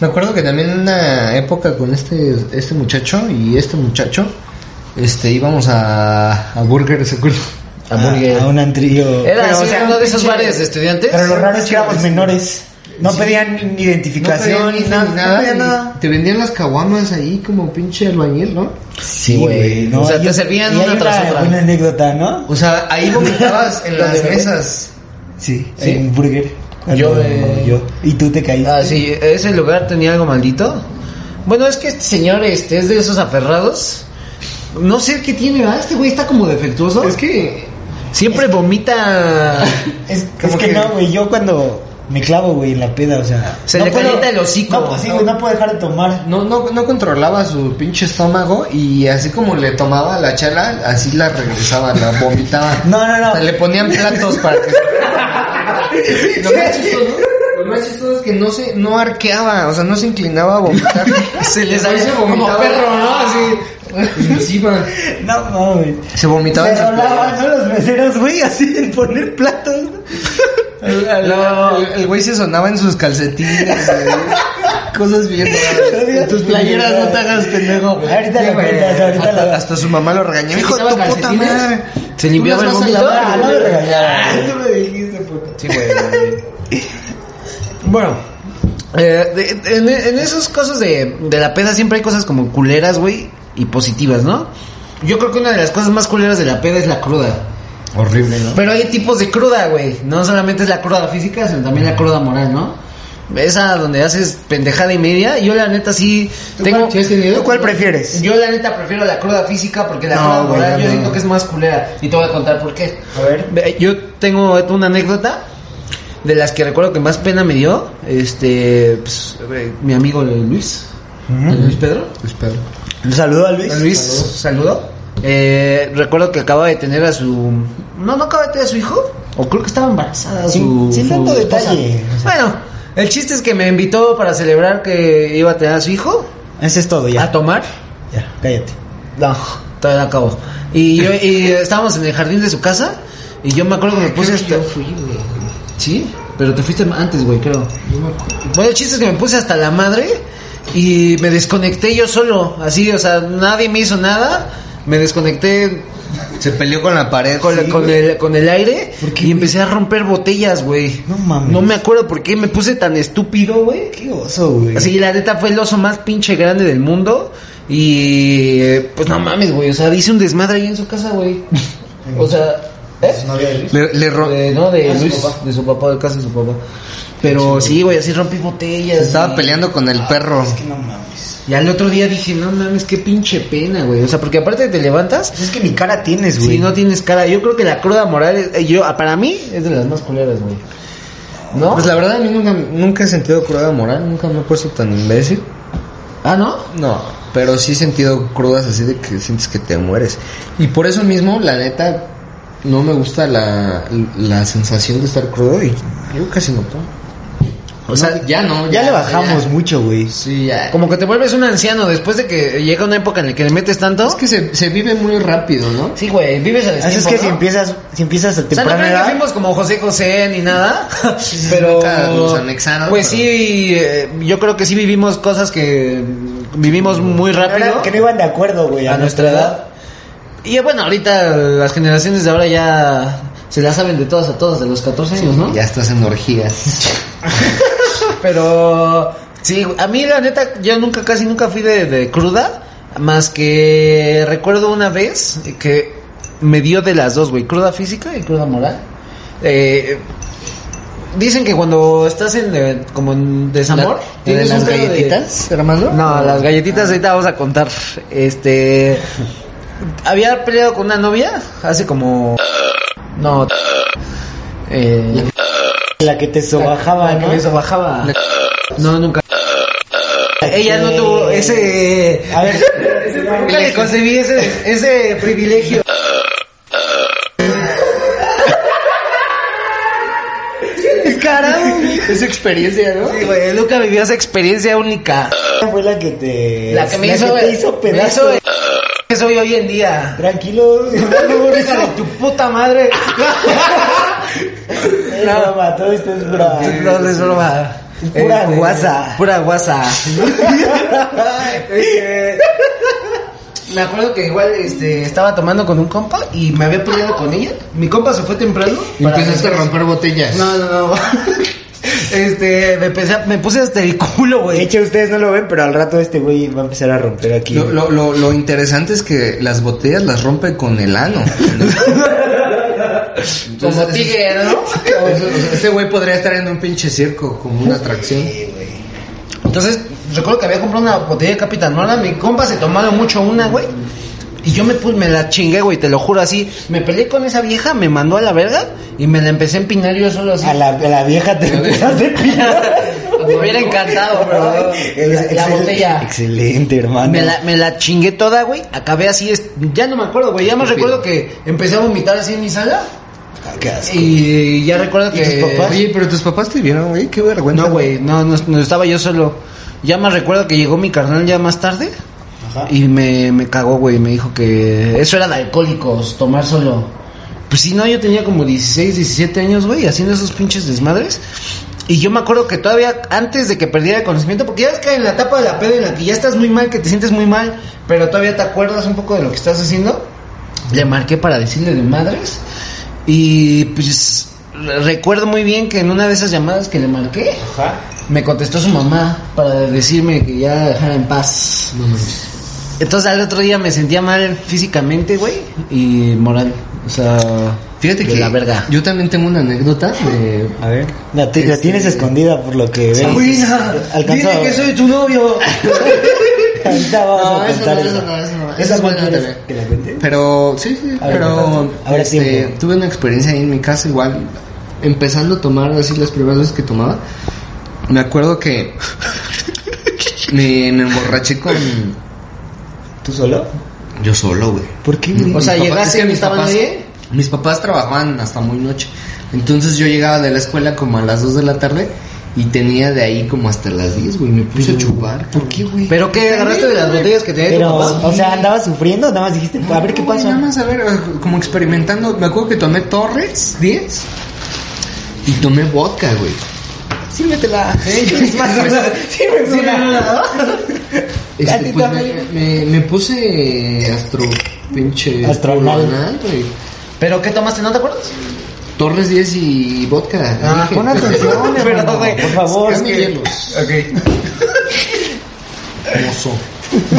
[SPEAKER 3] Me acuerdo que también en una época con este, este muchacho y este muchacho, este, íbamos a, a Burger, ¿se acuerdan?
[SPEAKER 1] A
[SPEAKER 3] Ah,
[SPEAKER 1] Burger.
[SPEAKER 4] a un antrillo.
[SPEAKER 1] Era
[SPEAKER 4] pero,
[SPEAKER 1] así
[SPEAKER 4] o sea,
[SPEAKER 1] uno de esos bares de estudiantes.
[SPEAKER 4] pero lo raro es que éramos menores. No pedían ni
[SPEAKER 3] No
[SPEAKER 4] identificación
[SPEAKER 3] pedían
[SPEAKER 4] ni nada. No pedían
[SPEAKER 3] ni-
[SPEAKER 4] nada.
[SPEAKER 3] Te vendían las caguamas ahí como pinche albañil, ¿no?
[SPEAKER 4] Sí,
[SPEAKER 1] güey. O sea, te
[SPEAKER 4] yo-
[SPEAKER 1] servían
[SPEAKER 4] y hay
[SPEAKER 1] una tras otra.
[SPEAKER 4] Una anécdota, ¿no?
[SPEAKER 3] O sea, ahí vomitabas en las
[SPEAKER 1] ¿Dónde?
[SPEAKER 3] mesas.
[SPEAKER 4] Sí,
[SPEAKER 1] ¿Sí?
[SPEAKER 4] en Burger.
[SPEAKER 1] Yo,
[SPEAKER 4] Cuando
[SPEAKER 1] eh,
[SPEAKER 4] yo. Y tú te caíste.
[SPEAKER 1] Ah, sí, ese lugar tenía algo maldito. Bueno, es que este señor este, es de esos aferrados. No sé qué tiene, ¿verdad? Este güey está como defectuoso.
[SPEAKER 3] Es que
[SPEAKER 1] Siempre
[SPEAKER 3] [laughs]
[SPEAKER 1] vomita.
[SPEAKER 4] Es,
[SPEAKER 3] Como
[SPEAKER 4] es que,
[SPEAKER 3] que-
[SPEAKER 4] no, güey, yo cuando me clavo, güey, en la peda, o sea...
[SPEAKER 1] Se
[SPEAKER 4] no
[SPEAKER 1] le calienta el hocico.
[SPEAKER 4] No, pues sí, güey, no puedo dejar de tomar.
[SPEAKER 3] no, no, no controlaba su pinche estómago y así como le tomaba la chala, así la regresaba, la [laughs] vomitaba.
[SPEAKER 4] No, no, no.
[SPEAKER 3] O sea, le ponían platos para [laughs] que... lo, más chistoso, lo más chistoso es que no se, no arqueaba, o sea, no se inclinaba a [laughs] vomitar.
[SPEAKER 1] Se les
[SPEAKER 3] Entonces
[SPEAKER 1] había- como
[SPEAKER 3] vomitaba
[SPEAKER 1] perro, ¿no?
[SPEAKER 3] Así, encima.
[SPEAKER 4] No, no, güey.
[SPEAKER 3] Se vomitaba en
[SPEAKER 4] Se
[SPEAKER 3] sus
[SPEAKER 4] hablaban,
[SPEAKER 3] platos.
[SPEAKER 4] ¿no? Los meseros, güey, así de poner platos. ¿no?
[SPEAKER 1] [laughs] No.
[SPEAKER 3] El- El güey se sonaba en sus calcetines, güey. Cosas bien raras.
[SPEAKER 4] digas
[SPEAKER 3] En tus playeras no te hagas pendejo.
[SPEAKER 4] Ahorita
[SPEAKER 3] Sí,
[SPEAKER 4] lo
[SPEAKER 3] güey.
[SPEAKER 4] cuentas, ahorita
[SPEAKER 3] hasta,
[SPEAKER 4] lo-
[SPEAKER 3] hasta su mamá lo regañó.
[SPEAKER 1] ¿Se
[SPEAKER 3] Hijo de tu
[SPEAKER 1] quitaba
[SPEAKER 3] puta
[SPEAKER 1] calcetines?
[SPEAKER 3] madre.
[SPEAKER 1] Se
[SPEAKER 3] Tú
[SPEAKER 1] limpiaba
[SPEAKER 3] las
[SPEAKER 1] el
[SPEAKER 3] vas a
[SPEAKER 1] vómito.
[SPEAKER 3] lavar,
[SPEAKER 4] Ah,
[SPEAKER 3] güey.
[SPEAKER 4] no me regañaron. No me dijiste, puta.
[SPEAKER 3] Sí, güey.
[SPEAKER 1] Bueno, eh, de- de- en, en esas cosas de, de la peda siempre hay cosas como culeras, güey, y positivas, ¿no? Yo creo que una de las cosas más culeras de la peda es la cruda.
[SPEAKER 3] Horrible, ¿no?
[SPEAKER 1] Pero hay tipos de cruda, güey. No solamente es la cruda física, sino también la cruda moral, ¿no? Esa donde haces pendejada y media. Yo la neta sí tengo...
[SPEAKER 3] ¿Sí has tenido?
[SPEAKER 2] ¿Tú cuál prefieres?
[SPEAKER 1] Yo la neta prefiero la cruda física porque la
[SPEAKER 3] No,
[SPEAKER 1] cruda
[SPEAKER 3] güey,
[SPEAKER 1] moral
[SPEAKER 3] no,
[SPEAKER 1] yo
[SPEAKER 3] no.
[SPEAKER 1] siento que es más culera. Y te voy a contar por qué.
[SPEAKER 4] A ver.
[SPEAKER 1] Ve, Yo tengo una anécdota de las que recuerdo que más pena me dio. Este, pues, eh, mi amigo Luis,
[SPEAKER 4] Mm.
[SPEAKER 1] Luis Pedro.
[SPEAKER 3] Espera.
[SPEAKER 4] Un saludo a Luis.
[SPEAKER 1] Luis, saludo. Eh, recuerdo que acababa de tener a su. No, no acaba de tener a su hijo. O creo que estaba embarazada.
[SPEAKER 4] Sin-
[SPEAKER 1] su,
[SPEAKER 4] sin
[SPEAKER 1] su
[SPEAKER 4] tanto
[SPEAKER 1] esposa.
[SPEAKER 4] detalle, o
[SPEAKER 1] Bueno, el chiste es que me invitó para celebrar que iba a tener a su hijo
[SPEAKER 4] Ese es todo, ya.
[SPEAKER 1] a tomar.
[SPEAKER 4] Ya, cállate.
[SPEAKER 1] No, todavía no acabo. Y, yo, y estábamos en el jardín de su casa. Y yo me acuerdo que me puse hasta. Sí, pero te fuiste antes, güey, creo. Bueno, el chiste es que me puse hasta la madre y me desconecté yo solo. Así, o sea, nadie me hizo nada. Me desconecté
[SPEAKER 3] Se peleó con la pared.
[SPEAKER 1] con,
[SPEAKER 3] sí,
[SPEAKER 1] con
[SPEAKER 3] güey.
[SPEAKER 1] el, con el aire
[SPEAKER 4] ¿Por qué,
[SPEAKER 1] y empecé a romper botellas, güey.
[SPEAKER 4] No mames.
[SPEAKER 1] No me acuerdo por qué me puse tan estúpido, güey.
[SPEAKER 4] Qué oso, güey.
[SPEAKER 1] Así, la neta fue el oso más pinche grande del mundo. Y eh, pues no mames, güey. O sea, hice un desmadre ahí en su casa, güey. O sea, ¿eh?
[SPEAKER 3] Le, le ro-
[SPEAKER 1] De- no, de
[SPEAKER 3] Pues Ah, su
[SPEAKER 1] Luis,
[SPEAKER 3] papá.
[SPEAKER 1] de su papá, de casa de su papá. Pero sí, güey, así rompí botellas.
[SPEAKER 3] se estaba
[SPEAKER 1] y-
[SPEAKER 3] peleando con el perro.
[SPEAKER 4] Es que no mames.
[SPEAKER 1] Y al otro día dije, no mames, qué pinche pena, güey. O sea, porque aparte te levantas
[SPEAKER 4] Es que mi cara tienes,
[SPEAKER 1] si no tienes cara. Yo creo que la cruda moral, es- eh, yo, ah, para mí, es de las más culeras, güey. ¿No?
[SPEAKER 3] Pues la verdad, a mí nunca, nunca he sentido cruda moral. Nunca me he puesto tan imbécil.
[SPEAKER 1] ah, ¿no?
[SPEAKER 3] No, pero sí he sentido crudas así de que sientes que te mueres. Y por eso mismo, la neta, no me gusta la, la sensación de estar crudo y yo casi no tomo. O sea, ya no.
[SPEAKER 4] Ya le bajamos mucho, güey.
[SPEAKER 3] Sí, ya.
[SPEAKER 1] Como que te vuelves un anciano después de que llega una época en la que le metes tanto.
[SPEAKER 3] Es que se, se vive muy rápido, ¿no?
[SPEAKER 1] Sí, güey, vives al
[SPEAKER 4] Así es
[SPEAKER 1] destiempo,
[SPEAKER 4] que
[SPEAKER 1] ¿no?
[SPEAKER 4] si empiezas, si empiezas a
[SPEAKER 1] O sea, no
[SPEAKER 4] temprana
[SPEAKER 1] creo que
[SPEAKER 4] edad,
[SPEAKER 1] fuimos como José José ni
[SPEAKER 4] [laughs]
[SPEAKER 1] nada, pero
[SPEAKER 3] nunca nos anexaron,
[SPEAKER 1] Pues
[SPEAKER 3] pero-
[SPEAKER 1] sí, eh, yo creo que sí vivimos cosas que mm, vivimos muy
[SPEAKER 4] no era-
[SPEAKER 1] rápido
[SPEAKER 4] que no iban de acuerdo, güey.
[SPEAKER 1] a nuestra edad. Y bueno, ahorita las generaciones de ahora ya se la saben de todas a todas, de los 14 años, ¿no?
[SPEAKER 3] Ya estás en orgías.
[SPEAKER 1] Pero sí, a mí la neta, yo nunca, casi nunca fui de, de cruda, más que recuerdo una vez que me dio de las dos, güey, cruda física y cruda moral. Eh, dicen que cuando estás en eh, como en desamor,
[SPEAKER 3] ¿La- la de
[SPEAKER 1] tienes un
[SPEAKER 3] las
[SPEAKER 1] pedo de-
[SPEAKER 3] galletitas, hermano?
[SPEAKER 1] no, las galletitas ahorita vamos a contar. Este. Había peleado con una novia hace como. No. Eh,
[SPEAKER 2] La que te sobajaba,
[SPEAKER 1] la que
[SPEAKER 2] ¿no?
[SPEAKER 1] me sobajaba. No, nunca. Ella no tuvo [laughs] ese.
[SPEAKER 2] A ver,
[SPEAKER 1] Nunca le concebí ese, ese privilegio. Caramba.
[SPEAKER 3] Es experiencia, ¿no?
[SPEAKER 1] Sí, güey, nunca vivió esa experiencia única.
[SPEAKER 2] esa fue la que te.
[SPEAKER 1] La que me hizo,
[SPEAKER 2] te hizo
[SPEAKER 1] me
[SPEAKER 2] pedazo.
[SPEAKER 1] hizo- que soy hoy en día. [laughs]
[SPEAKER 2] Tranquilo, no,
[SPEAKER 1] Hija de tu puta [laughs] madre.
[SPEAKER 2] es broma, todo esto es broma.
[SPEAKER 1] No, no es broma. Eh,
[SPEAKER 2] Pura guasa.
[SPEAKER 1] Pura guasa. Este, me acuerdo que igual este, estaba tomando con un compa y me había peleado con ella. Mi compa se fue temprano.
[SPEAKER 3] Y
[SPEAKER 1] para-
[SPEAKER 3] Empezaste a romper botellas.
[SPEAKER 1] No, no, [laughs] no. Este, me, empecé a- me puse hasta el culo,
[SPEAKER 2] De
[SPEAKER 1] güey.
[SPEAKER 2] hecho, ustedes no lo ven, pero al rato este güey va a empezar a romper aquí.
[SPEAKER 3] Lo, lo, lo, lo interesante es que las botellas las rompe con el ano.
[SPEAKER 1] Como tigre, ¿no?
[SPEAKER 3] Este güey podría estar en un pinche circo como una atracción.
[SPEAKER 1] [laughs] Entonces, recuerdo que había comprado una botella de Capitán Morgan. Mi compa se tomaba mucho una, güey. Y yo me puse, me la chingué, güey, te lo juro así. Me peleé con esa vieja, me mandó a la verga y me la empecé a empinar yo solo así.
[SPEAKER 2] A la, a la vieja te empezaste a pirar.
[SPEAKER 1] Me hubiera encantado, pero
[SPEAKER 2] Eres
[SPEAKER 1] la, la
[SPEAKER 2] excel-
[SPEAKER 1] botella.
[SPEAKER 2] Excelente, hermano.
[SPEAKER 1] Me la, me la chingué toda, güey. Acabé así, es- ya no me acuerdo, güey. Ya me recuerdo que empecé a vomitar así en mi sala.
[SPEAKER 2] Ah, qué asco.
[SPEAKER 1] Y ya recuerdo que.
[SPEAKER 2] tus papás?
[SPEAKER 3] Eh, Oye, pero tus papás te vieron, güey, qué vergüenza.
[SPEAKER 1] No, güey, no, no, no, estaba yo solo. Ya me recuerdo que llegó mi carnal ya más tarde
[SPEAKER 2] Ajá.
[SPEAKER 1] y me, me cagó, güey. Me dijo que eso era de alcohólicos, tomar solo. Pues si no, yo tenía como 16, 17 años, güey, haciendo esos pinches desmadres. Y yo me acuerdo que todavía antes de que perdiera el conocimiento, porque ya ves que en la etapa de la peda en la que ya estás muy mal, que te sientes muy mal, pero todavía te acuerdas un poco de lo que estás haciendo, le marqué para decirle de madres. Y pues re- recuerdo muy bien que en una de esas llamadas que le marqué,
[SPEAKER 2] Ajá.
[SPEAKER 1] me contestó su mamá para decirme que ya la dejara en paz. Entonces al otro día me sentía mal físicamente, güey, y moral. O sea,
[SPEAKER 3] Fíjate
[SPEAKER 1] de
[SPEAKER 3] que
[SPEAKER 1] la verga.
[SPEAKER 3] yo también tengo una anécdota de...
[SPEAKER 2] A ver. La, te- la tienes escondida por lo que veo. Alcanzó.
[SPEAKER 1] tu novio.
[SPEAKER 2] Ahorita vamos
[SPEAKER 3] No,
[SPEAKER 2] a
[SPEAKER 3] eso
[SPEAKER 2] contar
[SPEAKER 3] no, eso no, eso no.
[SPEAKER 2] ¿Esa
[SPEAKER 3] Eso es
[SPEAKER 2] cuál
[SPEAKER 3] bueno,
[SPEAKER 2] quieres
[SPEAKER 3] también.
[SPEAKER 2] que la cuente?
[SPEAKER 3] Pero, sí, sí,
[SPEAKER 2] A ver,
[SPEAKER 3] pero
[SPEAKER 2] perfecto. Ahora
[SPEAKER 3] este,
[SPEAKER 2] tiempo.
[SPEAKER 3] tuve una experiencia ahí en mi casa igual, empezando a tomar así las primeras veces que tomaba. Me acuerdo que [laughs] me, me emborraché con...
[SPEAKER 2] ¿Tú solo?
[SPEAKER 3] Yo solo, güey.
[SPEAKER 2] ¿Por qué?
[SPEAKER 1] O sea,
[SPEAKER 3] Mis papás-
[SPEAKER 1] llegaste
[SPEAKER 3] es que
[SPEAKER 1] y no
[SPEAKER 3] mis
[SPEAKER 1] estaba
[SPEAKER 3] papás-
[SPEAKER 1] nadie.
[SPEAKER 3] Mis papás trabajaban hasta muy noche. Entonces yo llegaba de la escuela como a las 2 de la tarde y tenía de ahí como hasta las 10, güey. Me puse a chupar. ¿Por qué, güey?
[SPEAKER 1] ¿Pero qué? ¿Agarraste de las botellas que tenía
[SPEAKER 2] Pero,
[SPEAKER 1] tu papá?
[SPEAKER 2] o sea, andabas sufriendo, nada más dijiste, a ver qué
[SPEAKER 3] No, güey,
[SPEAKER 2] pasa.
[SPEAKER 3] Nada más a ver, como experimentando. Me acuerdo que tomé Torres 10 y tomé vodka, güey. Sírvetela.
[SPEAKER 2] Sí, me suena. A ti
[SPEAKER 3] Este, pues, me,
[SPEAKER 2] también.
[SPEAKER 3] me- me puse astro pinche
[SPEAKER 2] Astronal.
[SPEAKER 3] astronal, güey.
[SPEAKER 1] ¿Pero qué tomaste? ¿No te acuerdas?
[SPEAKER 3] Torres 10 y vodka.
[SPEAKER 1] Ah,
[SPEAKER 3] Dije, [laughs]
[SPEAKER 2] Pon
[SPEAKER 3] pues,
[SPEAKER 2] atención,
[SPEAKER 1] Pero,
[SPEAKER 2] hermano,
[SPEAKER 1] güey,
[SPEAKER 2] por favor.
[SPEAKER 3] Dame
[SPEAKER 2] es que-
[SPEAKER 3] hielos.
[SPEAKER 1] Ok.
[SPEAKER 3] Mozo.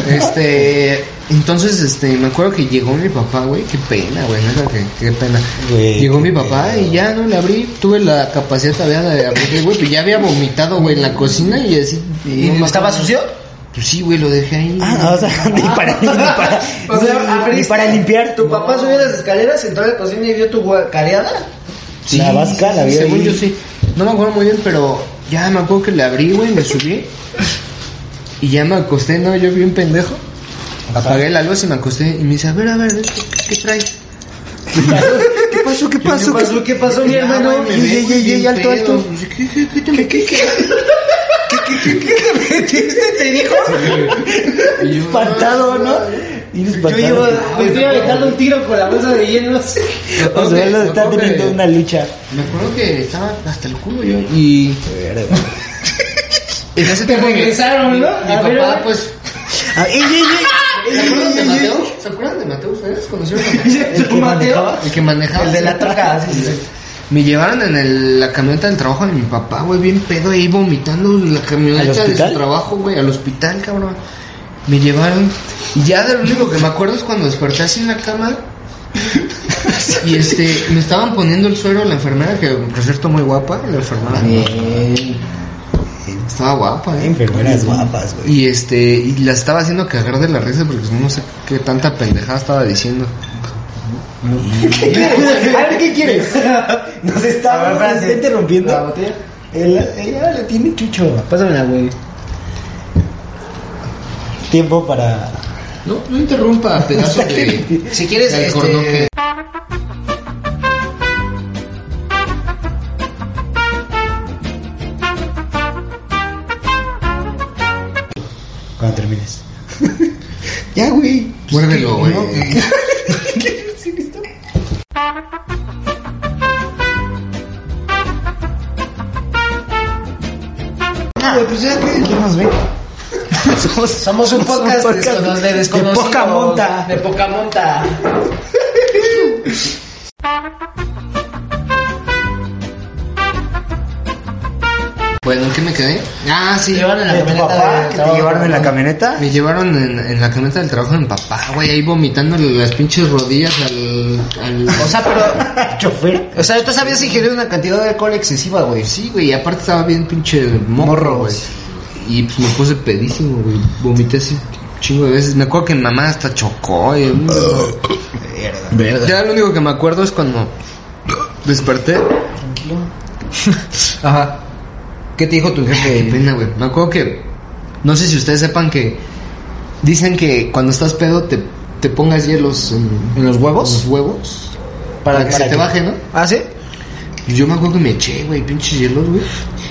[SPEAKER 3] Este, entonces, este, me acuerdo que llegó mi papá, güey, qué pena, güey, neta, que- qué, pena.
[SPEAKER 2] Güey,
[SPEAKER 3] llegó
[SPEAKER 2] qué
[SPEAKER 3] mi papá y ya, no, le abrí, tuve la capacidad todavía de abrirle, güey, pero ya había vomitado, güey, en la cocina y así.
[SPEAKER 1] ¿Y
[SPEAKER 3] no me
[SPEAKER 1] estaba
[SPEAKER 3] acuerdo.
[SPEAKER 1] sucio?
[SPEAKER 3] Pues sí, güey, lo dejé ahí.
[SPEAKER 2] Ah, o sea, [laughs] ni para, ni para,
[SPEAKER 1] O sea,
[SPEAKER 2] ni- ni
[SPEAKER 1] abriste-
[SPEAKER 2] para limpiar
[SPEAKER 1] Tu papá subió las escaleras, entró a la cocina y vio tu guacareada.
[SPEAKER 3] Sí,
[SPEAKER 2] La vasca la
[SPEAKER 3] sí,
[SPEAKER 2] vi
[SPEAKER 3] Según
[SPEAKER 2] ahí.
[SPEAKER 3] yo sí. No me acuerdo muy bien, pero ya me acuerdo que le abrí, güey, me subí. Y ya me acosté, ¿no? Yo vi un pendejo. Apagué la luz y me acosté. Y me dice, a ver, a ver, ¿qué, qué traes? ¿Qué pasó? ¿Qué pasó? ¿Qué pasó?
[SPEAKER 1] ¿Qué pasó, mi hermano?
[SPEAKER 3] Ah, güey, me
[SPEAKER 2] Ey, ey,
[SPEAKER 3] ve,
[SPEAKER 2] ey,
[SPEAKER 3] bien
[SPEAKER 2] alto,
[SPEAKER 3] pedo.
[SPEAKER 2] alto.
[SPEAKER 3] Me dice, ¿Qué, qué, qué te metiste?
[SPEAKER 1] ¿Te dijo?
[SPEAKER 3] Y yo,
[SPEAKER 2] Espantado, ¿no? Ir
[SPEAKER 1] Yo iba,
[SPEAKER 2] espantado. Pues,
[SPEAKER 1] me estoy aventando un tiro con la bolsa de hielos. [laughs]
[SPEAKER 2] O sea, él
[SPEAKER 3] Me
[SPEAKER 2] está
[SPEAKER 3] acuerdo que-
[SPEAKER 2] teniendo una lucha.
[SPEAKER 3] Me acuerdo que estaba hasta el culo yo. Y. En ese
[SPEAKER 1] Te
[SPEAKER 3] tiempo mi-
[SPEAKER 1] regresaron, ¿no?
[SPEAKER 3] Mi
[SPEAKER 1] A ver, a
[SPEAKER 3] papá,
[SPEAKER 1] ver.
[SPEAKER 3] pues,
[SPEAKER 2] Ah, ey, ey, ey. [laughs]
[SPEAKER 3] ¿Se acuerdan de Mateo? ¿Se acuerdan de Mateo? ¿Ustedes conocieron a Mateo?
[SPEAKER 4] ¿El que manejaba?
[SPEAKER 3] El que manejaba.
[SPEAKER 2] El de la troca, sí, sí, sí.
[SPEAKER 3] Me llevaron en el- la camioneta del trabajo de mi papá, güey, bien pedo ahí vomitando en la camioneta de su
[SPEAKER 2] hospital?
[SPEAKER 3] trabajo, güey, al hospital, cabrón. Me llevaron. Y ya de lo único que me acuerdo es cuando desperté así en la cama. Y este, me estaban poniendo el suero la enfermera, que por cierto muy guapa, la enfermera.
[SPEAKER 4] Bien.
[SPEAKER 3] Estaba guapa, eh.
[SPEAKER 2] Enfermeras
[SPEAKER 4] Enfermeras
[SPEAKER 2] guapas.
[SPEAKER 4] guapas, güey.
[SPEAKER 3] Y este, y la estaba haciendo cagar de la risa porque no sé qué tanta pendejada estaba diciendo.
[SPEAKER 4] A ver, ¿qué quieres? Nos
[SPEAKER 2] A ver,
[SPEAKER 4] está,
[SPEAKER 2] espérate.
[SPEAKER 4] nos está
[SPEAKER 2] ¿La
[SPEAKER 1] Ah,
[SPEAKER 4] interrumpiendo.
[SPEAKER 2] botella?
[SPEAKER 4] El-
[SPEAKER 2] eh,
[SPEAKER 4] Ella le tiene chucho.
[SPEAKER 2] Pásamela, güey. Tiempo para.
[SPEAKER 3] No, no interrumpa, pedazo de.
[SPEAKER 1] Si quieres,
[SPEAKER 3] de
[SPEAKER 1] este,
[SPEAKER 3] alcornoque.
[SPEAKER 2] Cuando termines. [laughs]
[SPEAKER 3] Ya, güey. Muérdelo, güey.
[SPEAKER 4] Güey, pues ya, güey, ¿quién nos ve?
[SPEAKER 1] [laughs] Somos un podcast,
[SPEAKER 4] podcast
[SPEAKER 1] de-
[SPEAKER 4] de-
[SPEAKER 1] de
[SPEAKER 4] de
[SPEAKER 1] desconocidos.
[SPEAKER 4] poca monta.
[SPEAKER 1] De poca monta.
[SPEAKER 3] Bueno, ¿en qué me quedé? Ah, sí.
[SPEAKER 1] Llevan
[SPEAKER 4] ¿De tu papá que te llevaron en la camioneta?
[SPEAKER 2] [laughs]
[SPEAKER 3] Me llevaron en, en la camioneta del trabajo de mi papá, güey, ahí vomitándole las pinches rodillas al... al...
[SPEAKER 1] O sea, pero.
[SPEAKER 4] ¿Chofer?
[SPEAKER 1] O sea, tú sabías ingerir una cantidad de alcohol excesiva, güey.
[SPEAKER 3] Sí, güey, y aparte estaba bien pinche
[SPEAKER 1] Morro,
[SPEAKER 3] morro, güey. Y pues me puse pedísimo, güey. Vomité así un chingo de veces. Me acuerdo que mi mamá hasta chocó. y- Ya lo único que me acuerdo es cuando desperté.
[SPEAKER 1] [laughs] Ajá. ¿Qué te dijo tu
[SPEAKER 3] Qué
[SPEAKER 1] jefe?
[SPEAKER 3] pena, güey. Me acuerdo que. No sé si ustedes sepan que. Dicen que cuando estás pedo te, te pongas hielos en,
[SPEAKER 1] ¿En los huevos?
[SPEAKER 3] en los huevos.
[SPEAKER 1] Para
[SPEAKER 3] Para,
[SPEAKER 1] que- para
[SPEAKER 3] que se te
[SPEAKER 1] que-
[SPEAKER 3] baje, ¿no?
[SPEAKER 1] ¿Ah, sí?
[SPEAKER 3] Pues Yo me acuerdo que me eché, güey, pinches hielos, güey.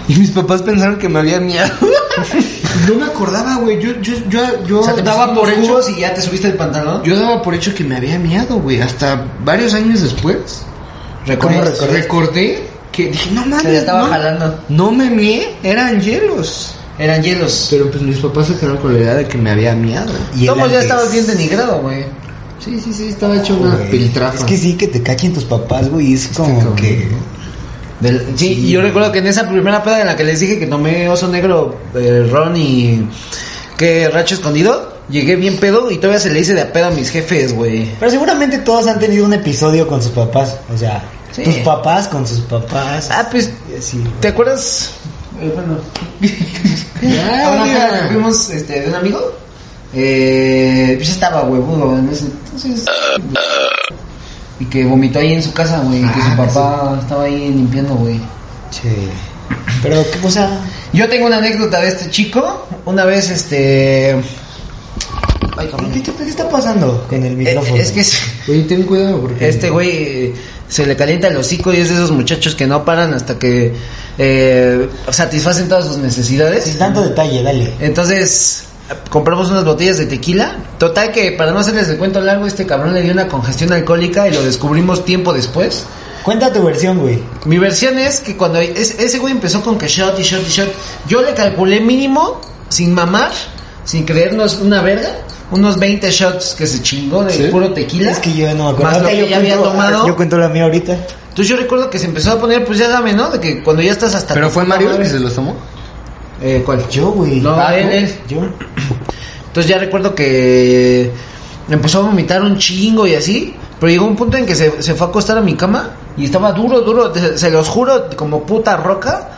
[SPEAKER 3] Y mis papás pensaron que me había miado. [laughs] no me acordaba, güey. Yo, yo, yo, yo
[SPEAKER 1] O sea, te
[SPEAKER 3] daba por hecho.
[SPEAKER 1] jugos y ya te subiste el pantalón.
[SPEAKER 3] Yo daba por hecho que me había miado, güey. Hasta varios años después.
[SPEAKER 1] ¿Recuerdas?
[SPEAKER 3] recordé que dije, no mames.
[SPEAKER 1] Se le estaba
[SPEAKER 3] no,
[SPEAKER 1] jalando.
[SPEAKER 3] No me mié, eran hielos.
[SPEAKER 1] Eran hielos.
[SPEAKER 3] Pero pues mis papás se quedaron con la idea de que me había miado.
[SPEAKER 2] Y
[SPEAKER 1] Todos ya
[SPEAKER 2] él antes.
[SPEAKER 1] estabas bien denigrado, güey.
[SPEAKER 3] Sí, sí, sí, estaba hecho una
[SPEAKER 2] Güey,
[SPEAKER 3] piltrafa.
[SPEAKER 2] Es que sí, que te cachen tus papás, güey. Es como
[SPEAKER 3] cabrón.
[SPEAKER 2] que.
[SPEAKER 1] Del- sí, y yo recuerdo que en esa primera peda en la que les dije que tomé oso negro, eh, ron y que racho escondido, llegué bien pedo y todavía se le hice de a pedo a mis jefes, güey.
[SPEAKER 2] Pero seguramente todos han tenido un episodio con sus papás. O sea,
[SPEAKER 1] Sí.
[SPEAKER 2] tus papás con sus papás.
[SPEAKER 1] Ah, pues,
[SPEAKER 2] Y así, güey.
[SPEAKER 1] ¿te acuerdas? Eh, [laughs] bueno,
[SPEAKER 3] Ya,
[SPEAKER 1] a una
[SPEAKER 3] diga.
[SPEAKER 1] peda que fuimos este, de un amigo, eh, pues estaba huevudo en ese entonces. Y que vomitó ahí en su casa, güey, que su papá estaba ahí limpiando, güey.
[SPEAKER 2] Che. Pero, ¿qué cosa?
[SPEAKER 1] Yo tengo una anécdota de este chico. Una vez, este. Ay, cabrón.
[SPEAKER 2] ¿Qué, qué- qué está pasando con el
[SPEAKER 1] Eh,
[SPEAKER 2] micrófono?
[SPEAKER 1] es que es-
[SPEAKER 3] Oye, ten cuidado porque.
[SPEAKER 1] este güey eh, se le calienta el hocico y es de esos muchachos que no paran hasta que eh, satisfacen todas sus
[SPEAKER 2] Sin
[SPEAKER 1] necesidades.
[SPEAKER 2] tanto detalle, dale.
[SPEAKER 1] Entonces compramos unas botellas de tequila. Total que para no hacerles el cuento largo, este cabrón le dio una congestión alcohólica y lo descubrimos tiempo después.
[SPEAKER 2] Cuenta tu versión, güey.
[SPEAKER 1] Mi versión es que cuando es- ese güey empezó con que shot y shot y shot, yo le calculé mínimo, sin mamar, sin creernos una verga, unos 20 shots que se chingó de
[SPEAKER 3] ¿Sí?
[SPEAKER 1] puro tequila.
[SPEAKER 2] Es que yo no me acuerdo.
[SPEAKER 1] Más lo
[SPEAKER 2] Ahorita
[SPEAKER 1] que
[SPEAKER 2] yo
[SPEAKER 1] ya había
[SPEAKER 2] cuento-
[SPEAKER 1] tomado.
[SPEAKER 2] Yo cuento la mía ahorita.
[SPEAKER 1] Entonces yo recuerdo que se empezó a poner, pues ya dame, ¿no? De que cuando ya estás hasta...
[SPEAKER 3] Pero
[SPEAKER 1] tu
[SPEAKER 3] fue
[SPEAKER 1] puta
[SPEAKER 3] Mario el
[SPEAKER 1] madre.
[SPEAKER 3] que se los tomó.
[SPEAKER 1] Eh, ¿Cuál?
[SPEAKER 2] Yo, güey.
[SPEAKER 1] No,
[SPEAKER 2] Ah,
[SPEAKER 1] él, él.
[SPEAKER 2] Yo.
[SPEAKER 1] Entonces ya recuerdo que empezó a vomitar un chingo y así. Pero llegó un punto en que se, se fue a acostar a mi cama y estaba duro, duro, te- se los juro, como puta roca.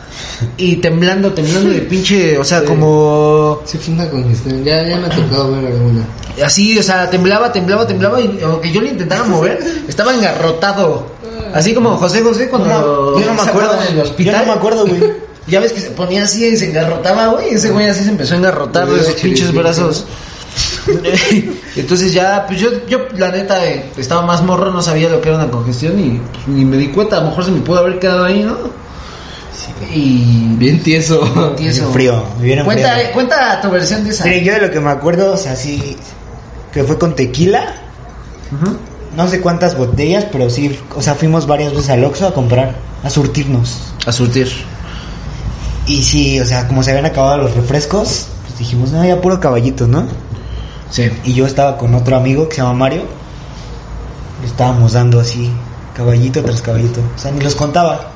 [SPEAKER 1] Y temblando, temblando de pinche, o sea, como...
[SPEAKER 3] Sí, fue una congestión. Ya, ya me ha tocado ver alguna.
[SPEAKER 1] Así, o sea, temblaba, temblaba, temblaba y aunque yo le intentara mover, estaba engarrotado. Así como José José cuando...
[SPEAKER 2] yo no me
[SPEAKER 1] se
[SPEAKER 2] acuerdo.
[SPEAKER 1] acuerdan en el hospital.
[SPEAKER 2] Yo no me
[SPEAKER 1] [laughs]
[SPEAKER 2] acuerdo, güey.
[SPEAKER 1] Ya ves que se ponía así y se engarrotaba, güey. Ese güey así se empezó a engarrotar de
[SPEAKER 3] Güey,
[SPEAKER 1] esos pinches
[SPEAKER 3] chiripiorca.
[SPEAKER 1] brazos. [laughs] Entonces ya, pues yo, yo la neta, eh, estaba más morro, no sabía lo que era una congestión y pues, ni me di cuenta. A lo mejor se me pudo haber quedado ahí, ¿no? Y
[SPEAKER 3] Bien tieso.
[SPEAKER 1] tieso.
[SPEAKER 2] Frío, me hubiera
[SPEAKER 1] Cuenta,
[SPEAKER 2] enfriado.
[SPEAKER 1] eh, cuenta tu versión de esa.
[SPEAKER 2] Mire, yo de lo que me acuerdo, o sea, sí, que fue con tequila,
[SPEAKER 1] Ujú.
[SPEAKER 2] no sé cuántas botellas, pero sí, o sea, fuimos varias veces al Oxxo a comprar, a surtirnos.
[SPEAKER 1] A surtir.
[SPEAKER 2] Y sí, o sea, como se habían acabado los refrescos, pues dijimos, no, ya puro caballito, ¿no?
[SPEAKER 1] Sí.
[SPEAKER 2] Y yo estaba con otro amigo que se llama Mario. Le estábamos dando así, caballito tras caballito. O sea, ni los contaba.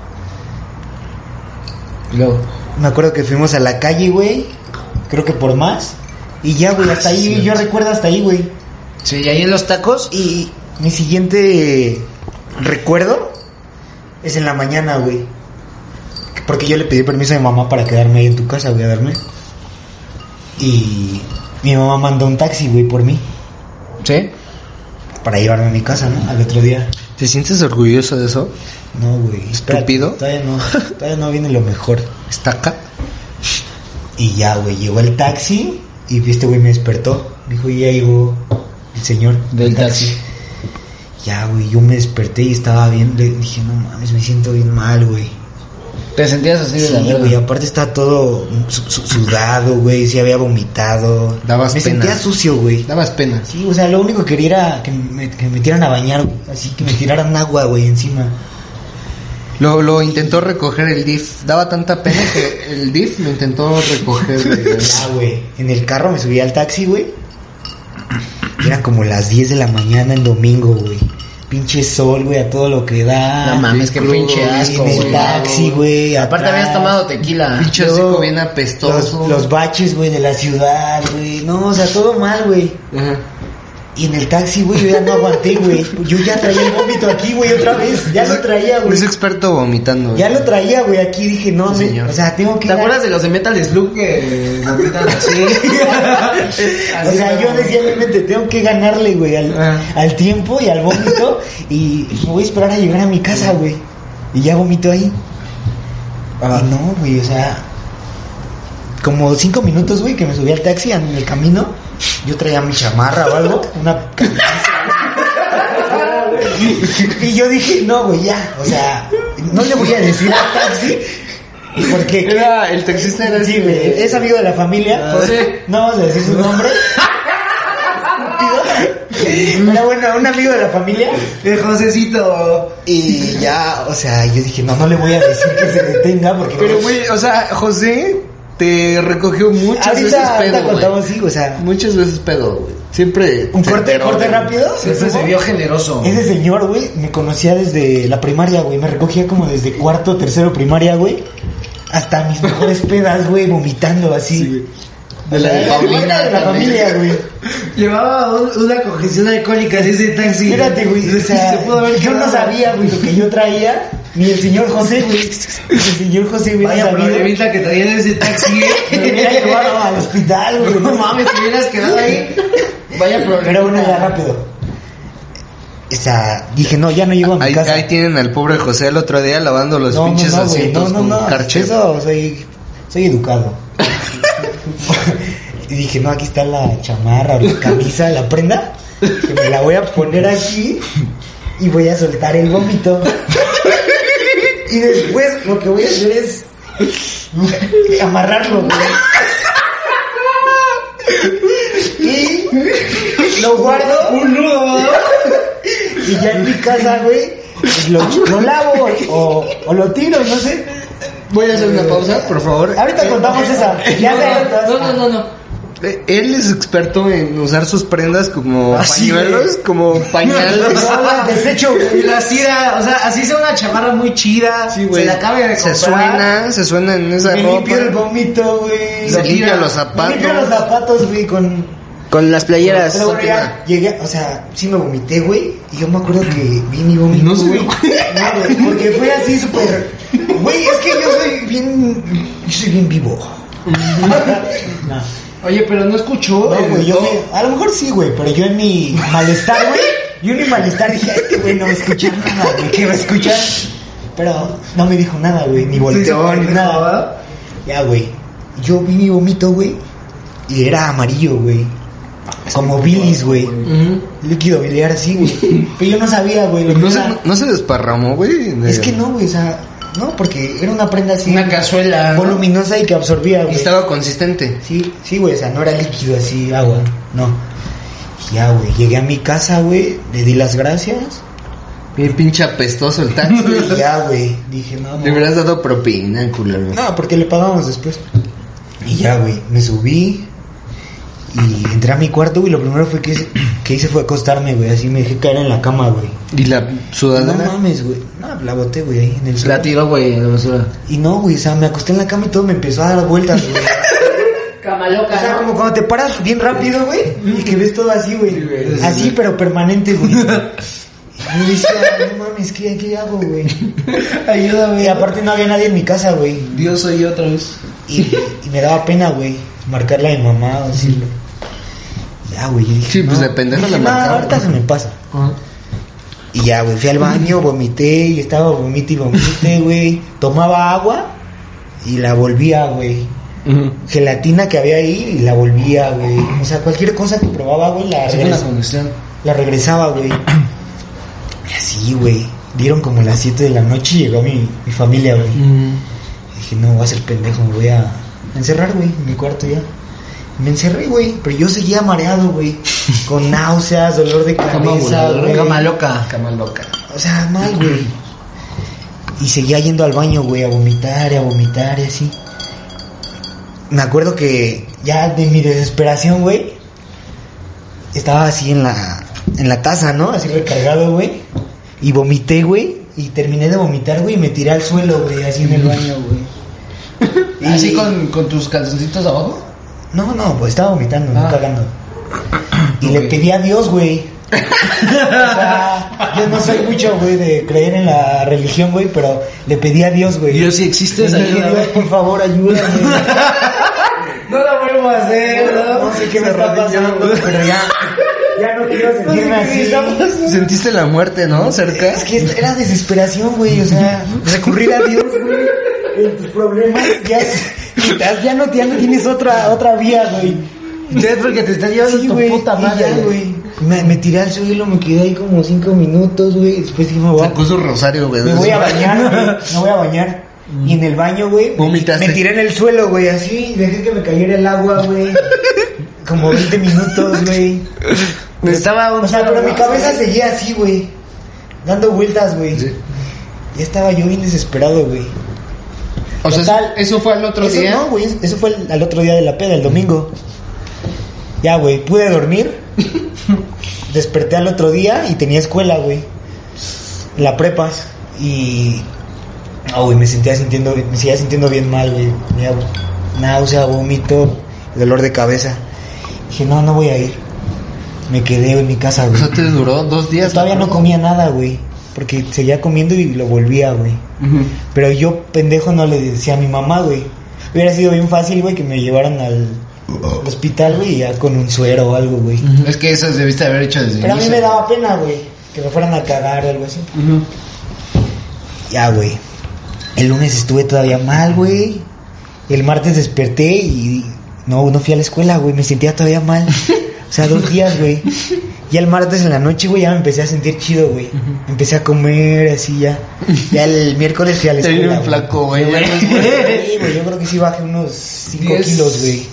[SPEAKER 3] Y luego,
[SPEAKER 2] Me acuerdo que fuimos a la calle, güey. Creo que por más. Y ya, güey, hasta ahí. Yo recuerdo hasta ahí, güey.
[SPEAKER 1] Sí, y ahí en los tacos.
[SPEAKER 2] Y mi siguiente recuerdo es en la mañana, güey. Porque yo le pedí permiso a mi mamá para quedarme ahí en tu casa, güey, a darme. Y mi mamá mandó un taxi, güey, por mí.
[SPEAKER 3] ¿sí?
[SPEAKER 2] Para llevarme a mi casa, ¿no? Al otro día.
[SPEAKER 3] ¿Te sientes orgulloso de eso?
[SPEAKER 2] No, güey. espérate,
[SPEAKER 3] ¿Estúpido?
[SPEAKER 2] Todavía no, todavía no viene lo mejor.
[SPEAKER 3] Estaca.
[SPEAKER 2] Y ya, güey, llegó el taxi y este güey me despertó. Me dijo, ya llegó el señor
[SPEAKER 3] Del taxi.
[SPEAKER 2] Ya, güey, yo me desperté y estaba bien. Le dije, no mames, me siento bien mal, güey.
[SPEAKER 3] ¿Te sentías así de la
[SPEAKER 2] Sí,
[SPEAKER 3] verga?
[SPEAKER 2] güey, aparte estaba todo su- su- sudado, güey, sí había vomitado.
[SPEAKER 3] Dabas
[SPEAKER 2] me
[SPEAKER 3] pena.
[SPEAKER 2] sentía sucio, güey.
[SPEAKER 3] Dabas pena.
[SPEAKER 2] Sí, o sea, lo único que quería era que me, que me metieran a bañar, güey, así que me tiraran agua, güey, encima.
[SPEAKER 3] Lo, lo intentó recoger el DIF. Daba tanta pena que el DIF lo intentó recoger. güey.
[SPEAKER 2] Ya, güey, en el carro me subí al taxi, güey. Era como las 10 de la mañana en domingo, güey. Pinche sol, güey, a todo lo que da.
[SPEAKER 1] No mames,
[SPEAKER 2] Sí,
[SPEAKER 1] qué
[SPEAKER 2] crudo,
[SPEAKER 1] pinche asco,
[SPEAKER 2] En el
[SPEAKER 1] güey.
[SPEAKER 2] taxi, güey.
[SPEAKER 1] Aparte
[SPEAKER 2] atrás.
[SPEAKER 1] habías tomado tequila.
[SPEAKER 3] Ah. Pinche
[SPEAKER 2] Luego,
[SPEAKER 3] hocico bien apestoso.
[SPEAKER 2] Los, los baches, güey, de la ciudad, güey. No, o sea, todo mal, güey.
[SPEAKER 1] Ajá.
[SPEAKER 2] Y en el taxi, güey, yo ya no aguanté, güey. Yo ya traía el vómito aquí, güey, otra vez. Ya lo traía, güey.
[SPEAKER 3] Pues Es experto vomitando.
[SPEAKER 2] Ya
[SPEAKER 3] güey.
[SPEAKER 2] lo traía, güey, aquí dije, no,
[SPEAKER 3] Sí,
[SPEAKER 2] me-
[SPEAKER 3] señor.
[SPEAKER 2] o sea, tengo que...
[SPEAKER 1] ¿Te
[SPEAKER 2] ir a-
[SPEAKER 1] acuerdas de los de Metal Slug que vomitan
[SPEAKER 2] [laughs]
[SPEAKER 1] así? [laughs]
[SPEAKER 2] O sea, yo decía en mi mente, tengo que ganarle, güey, al,
[SPEAKER 3] Ah.
[SPEAKER 2] al tiempo y al vómito. Y me voy a esperar a llegar a mi casa, güey. Y ya vomito ahí. Y no, güey, o sea... Como cinco minutos, güey, que me subí al taxi en el camino. Yo traía mi chamarra o algo, una camisa. [laughs] y yo dije, no, güey, ya. O sea, no le voy a decir al taxi. Porque
[SPEAKER 3] Era- el taxista era
[SPEAKER 2] Sí,
[SPEAKER 3] así,
[SPEAKER 2] güey,
[SPEAKER 3] güey.
[SPEAKER 2] es amigo de la familia.
[SPEAKER 3] Ah, sí.
[SPEAKER 2] No vamos a decir su
[SPEAKER 3] [laughs]
[SPEAKER 2] nombre. Estúpido. Pero bueno, un amigo de la familia.
[SPEAKER 1] El Josecito.
[SPEAKER 2] Y ya, o sea, yo dije, no, no le voy a decir que se detenga porque.
[SPEAKER 3] Pero, güey, o sea, José te recogió muchas veces
[SPEAKER 2] ahorita, ahorita
[SPEAKER 3] pedo, güey.
[SPEAKER 2] contamos, sí, o sea,
[SPEAKER 3] Muchas veces pedo, güey. Siempre.
[SPEAKER 2] un
[SPEAKER 3] se
[SPEAKER 2] corte,
[SPEAKER 3] enteró,
[SPEAKER 2] corte
[SPEAKER 3] güey.
[SPEAKER 2] rápido.
[SPEAKER 1] Siempre este se
[SPEAKER 2] ¿no?
[SPEAKER 1] vio generoso.
[SPEAKER 2] Ese señor, güey, me conocía desde la primaria, güey. Me recogía como desde cuarto, tercero primaria, güey. Hasta mis mejores pedas, güey, vomitando así.
[SPEAKER 3] De la de
[SPEAKER 2] Era el
[SPEAKER 3] Paulina.
[SPEAKER 2] de la
[SPEAKER 3] también.
[SPEAKER 2] familia, güey.
[SPEAKER 1] Llevaba un- una congestión alcohólica en ese taxi.
[SPEAKER 2] Fíjate, güey, o sea,
[SPEAKER 1] Se pudo haber
[SPEAKER 2] yo no
[SPEAKER 1] quedado.
[SPEAKER 2] sabía, güey, lo que yo traía, ni el señor José, güey. El señor José hubiera
[SPEAKER 1] Vaya
[SPEAKER 2] sabido. Me
[SPEAKER 1] problemita que traía en ese taxi. ¿eh?
[SPEAKER 2] [laughs] hubiera llevado al hospital, güey.
[SPEAKER 1] [laughs] No mames, te hubieras quedado ahí. Vaya problema.
[SPEAKER 2] Pero bueno, ya rápido. O sea, dije, no, ya no llego a mi
[SPEAKER 3] Ahí,
[SPEAKER 2] casa.
[SPEAKER 3] ahí tienen al pobre José el otro día lavando los
[SPEAKER 2] no,
[SPEAKER 3] pinches
[SPEAKER 2] no, no, güey,
[SPEAKER 3] asientos
[SPEAKER 2] no, no,
[SPEAKER 3] con
[SPEAKER 2] no,
[SPEAKER 3] carche.
[SPEAKER 2] Eso, soy, soy educado. [laughs] y dije, no, aquí está la chamarra, la camisa, la prenda. Que me la voy a poner aquí y voy a soltar el vómito. y después lo que voy a hacer es amarrarlo, güey. Y lo guardo
[SPEAKER 1] Un nudo.
[SPEAKER 2] y ya en mi casa, güey, pues lo, lo lavo o, o lo tiro, no sé.
[SPEAKER 3] Voy a hacer una pausa, por favor.
[SPEAKER 2] Ahorita contamos esa. Ya
[SPEAKER 1] No,
[SPEAKER 2] sé.
[SPEAKER 1] no, no, no, no.
[SPEAKER 3] Eh, Él es experto en usar sus prendas como
[SPEAKER 2] Así,
[SPEAKER 3] pañuelos, como
[SPEAKER 2] [laughs]
[SPEAKER 3] pañales.
[SPEAKER 2] No, güey, desecho,
[SPEAKER 1] Y
[SPEAKER 2] güey.
[SPEAKER 1] las tira, o sea, así sea una chamarra muy chida.
[SPEAKER 3] güey.
[SPEAKER 1] Se la acaba de
[SPEAKER 3] Se
[SPEAKER 1] comprar.
[SPEAKER 3] suena, se suena en esa
[SPEAKER 2] Me
[SPEAKER 3] ropa.
[SPEAKER 2] limpio el vomito, güey.
[SPEAKER 3] Se
[SPEAKER 1] Lo
[SPEAKER 3] limpia
[SPEAKER 1] tira.
[SPEAKER 3] los
[SPEAKER 2] Me limpio los
[SPEAKER 3] zapatos.
[SPEAKER 2] zapatos, güey, con...
[SPEAKER 3] Con las playeras.
[SPEAKER 2] Pero, güey, ya llegué, o sea, sí me vomité, güey. Y yo me acuerdo que vi mi vómito,
[SPEAKER 3] No se
[SPEAKER 2] güey.
[SPEAKER 3] dio
[SPEAKER 2] No, güey, porque fue así súper... Güey, es que yo soy bien... Yo soy bien vivo. no.
[SPEAKER 1] Oye, pero no escuchó.
[SPEAKER 2] No,
[SPEAKER 1] el
[SPEAKER 2] güey, yo
[SPEAKER 1] do-
[SPEAKER 2] me- a lo mejor sí, güey, pero yo en mi malestar, güey, yo en mi malestar dije, "A este güey no me escucha nada, güey, ¿qué va a escuchar? Pero no me dijo nada, güey, ni volteó,
[SPEAKER 1] sí,
[SPEAKER 2] ni
[SPEAKER 1] sí,
[SPEAKER 2] nada.
[SPEAKER 1] ¿verdad?
[SPEAKER 2] Ya, güey, yo vi mi vómito, güey, y era amarillo, güey, como bilis, güey, líquido biliar así, güey, pero yo no sabía, güey, lo que
[SPEAKER 3] Pues No se,
[SPEAKER 2] era.
[SPEAKER 3] no se desparramó, güey.
[SPEAKER 2] Es que no, güey, o sea, no, porque era una prenda así,
[SPEAKER 1] Una cazuela. ¿no?
[SPEAKER 2] voluminosa y que absorbía,
[SPEAKER 3] Y
[SPEAKER 2] güey.
[SPEAKER 3] estaba consistente.
[SPEAKER 2] Sí, sí, güey, o sea, no era líquido así, agua, no. Y Ya, güey, llegué a mi casa, güey, le di las gracias.
[SPEAKER 3] Bien pinche apestoso el
[SPEAKER 2] [laughs]
[SPEAKER 3] taxi.
[SPEAKER 2] Y ya, güey, dije, no,
[SPEAKER 3] Le
[SPEAKER 2] no.
[SPEAKER 3] hubieras dado propina, culero.
[SPEAKER 2] No, porque le pagamos después. Y ya, güey, me subí. Y entré a mi cuarto, güey. Lo primero fue que, hice- [clears throat] que hice fue acostarme, güey. Así me dejé caer en la cama, güey.
[SPEAKER 3] Y la
[SPEAKER 2] No
[SPEAKER 3] sudadera
[SPEAKER 2] mames, güey. No, la boté, güey, ahí en el suelo.
[SPEAKER 1] La tiró, güey, en la basura.
[SPEAKER 2] Y no, güey, o sea, me acosté en la cama y todo me empezó a dar vueltas, güey.
[SPEAKER 1] Cama
[SPEAKER 2] O sea, como cuando te paras bien rápido, güey, y que ves todo así,
[SPEAKER 1] Sí, güey,
[SPEAKER 2] güey.
[SPEAKER 1] sí,
[SPEAKER 2] Así,
[SPEAKER 1] güey.
[SPEAKER 2] pero
[SPEAKER 1] [laughs]
[SPEAKER 2] permanente, güey. Y yo decía, no mames, ¿qué, qué hago, güey?
[SPEAKER 1] [laughs] Ayúdame.
[SPEAKER 2] Y aparte no había nadie en mi casa, güey.
[SPEAKER 1] Dios soy yo otra vez.
[SPEAKER 2] Y, y me daba pena, güey, marcarla a mi mamá o decirlo. Ya, güey, yo dije,
[SPEAKER 3] Sí, pues,
[SPEAKER 2] no.
[SPEAKER 3] de pendejo
[SPEAKER 2] Dije,
[SPEAKER 3] la
[SPEAKER 2] "No,
[SPEAKER 3] marcaba".
[SPEAKER 2] ahorita se me pasa. Y ya, güey, fui al baño, vomité y estaba vomite y
[SPEAKER 3] [laughs]
[SPEAKER 2] vomite, güey. Tomaba agua y la volvía, güey. Gelatina que había ahí y la volvía, güey. O sea, cualquier cosa que probaba, güey, la,
[SPEAKER 1] Sí, con la
[SPEAKER 2] regres-
[SPEAKER 1] congestión.
[SPEAKER 2] la regresaba,
[SPEAKER 3] [clears throat]
[SPEAKER 2] güey. Y así, güey. Dieron como las 7 de la noche y llegó mi, mi familia, güey.
[SPEAKER 3] Mm.
[SPEAKER 2] Dije, no, voy a ser pendejo, me voy a encerrar, güey, en mi cuarto ya. Me encerré, güey, pero yo seguía mareado, güey. Con náuseas, dolor de cabeza,
[SPEAKER 1] voladora.
[SPEAKER 2] güey.
[SPEAKER 1] Cama loca.
[SPEAKER 3] Cama loca.
[SPEAKER 2] O sea, mal, güey. Y seguía yendo al baño, güey, a vomitar y a vomitar y así. Me acuerdo que ya de mi desesperación, güey, estaba así en la, en la taza, ¿no? Así recargado, güey. Y vomité, güey. Y terminé de vomitar, güey, y me tiré al suelo, güey, así en el baño, güey.
[SPEAKER 1] ¿Y así con, con tus calzoncitos abajo?
[SPEAKER 2] No, no, pues estaba vomitando,
[SPEAKER 1] Ah.
[SPEAKER 2] no
[SPEAKER 1] [clears throat]
[SPEAKER 2] cagando. Y le
[SPEAKER 1] Ok.
[SPEAKER 2] pedí a Dios,
[SPEAKER 1] [laughs]
[SPEAKER 2] güey. O sea, yo no soy mucho, güey, de creer en la religión, güey, pero le pedí a Dios, güey.
[SPEAKER 1] Dios, si existes,
[SPEAKER 2] Le dije,
[SPEAKER 1] ayúdame.
[SPEAKER 2] Dios, por
[SPEAKER 1] [laughs]
[SPEAKER 2] favor, ayúdame.
[SPEAKER 1] No la vuelvo a hacer,
[SPEAKER 2] No sé qué me está pasando, pero ya, ya no quiero
[SPEAKER 1] Pues,
[SPEAKER 2] sentirme así.
[SPEAKER 3] Sentiste la muerte, ¿no? Cerca.
[SPEAKER 2] Es que era desesperación, güey, o sea, recurrir a Dios, güey, en tus problemas, ya, es- ya, no, ya no tienes otra, otra vía, güey.
[SPEAKER 1] Ya es porque te estás llevando
[SPEAKER 2] Sí,
[SPEAKER 1] tu
[SPEAKER 2] güey,
[SPEAKER 1] puta
[SPEAKER 2] y
[SPEAKER 1] madre,
[SPEAKER 2] ya, güey. Me, me tiré al suelo, me quedé ahí como cinco minutos, güey. Después dije, me voy, a-
[SPEAKER 3] Sacó su rosario, güey.
[SPEAKER 2] me voy a bañar, güey. Me voy a bañar. Y en el baño, güey,
[SPEAKER 3] Vomitaste.
[SPEAKER 2] me tiré en el suelo, güey, así. Dejé que me cayera el agua,
[SPEAKER 3] [laughs]
[SPEAKER 2] güey. Como 20 minutos, güey.
[SPEAKER 1] Me estaba un
[SPEAKER 2] O sea, pero mi cabeza seguía así, güey. Dando vueltas, güey.
[SPEAKER 3] Sí.
[SPEAKER 2] Ya estaba yo bien desesperado, güey.
[SPEAKER 3] O sea,
[SPEAKER 2] Total.
[SPEAKER 3] eso fue al otro
[SPEAKER 2] Eso
[SPEAKER 3] día.
[SPEAKER 2] no, güey. Eso fue el- al otro día de la peda, el domingo. Ya, güey, pude dormir.
[SPEAKER 3] [laughs]
[SPEAKER 2] Desperté al otro día y tenía escuela, güey. En La prepa. Y. Ah, güey, me sentía sintiendo. Me seguía sintiendo bien mal, güey. Tenía náusea, vómito, dolor de cabeza. Dije, no, no voy a ir. Me quedé en mi casa,
[SPEAKER 3] O
[SPEAKER 2] güey.
[SPEAKER 3] sea, te duró dos días.
[SPEAKER 2] Todavía no comía nada, güey. Porque seguía comiendo y lo volvía, güey. Pero yo, pendejo, no le decía a mi mamá, güey. Hubiera sido bien fácil, güey, que me llevaran al
[SPEAKER 3] Oh.
[SPEAKER 2] hospital, güey, y ya con un suero o algo, güey.
[SPEAKER 3] Es que eso debiste haber hecho desde
[SPEAKER 2] Pero a mí
[SPEAKER 3] inicio.
[SPEAKER 2] me daba pena, güey, que me fueran a cagar o algo así. Ya, güey. El lunes estuve todavía mal, güey. El martes desperté y no, no fui a la escuela, güey. Me sentía todavía mal. O sea, dos días, güey. Ya el martes en la noche, güey, ya me empecé a sentir chido, güey. Empecé a comer así ya. Ya el miércoles fui a la
[SPEAKER 3] Te vi
[SPEAKER 2] escuela.
[SPEAKER 3] bien
[SPEAKER 2] güey.
[SPEAKER 3] flaco, güey. ya no
[SPEAKER 2] [laughs]
[SPEAKER 3] es bueno.
[SPEAKER 2] Sí, güey, yo creo que sí bajé unos 5
[SPEAKER 1] Diez.
[SPEAKER 2] kilos, güey.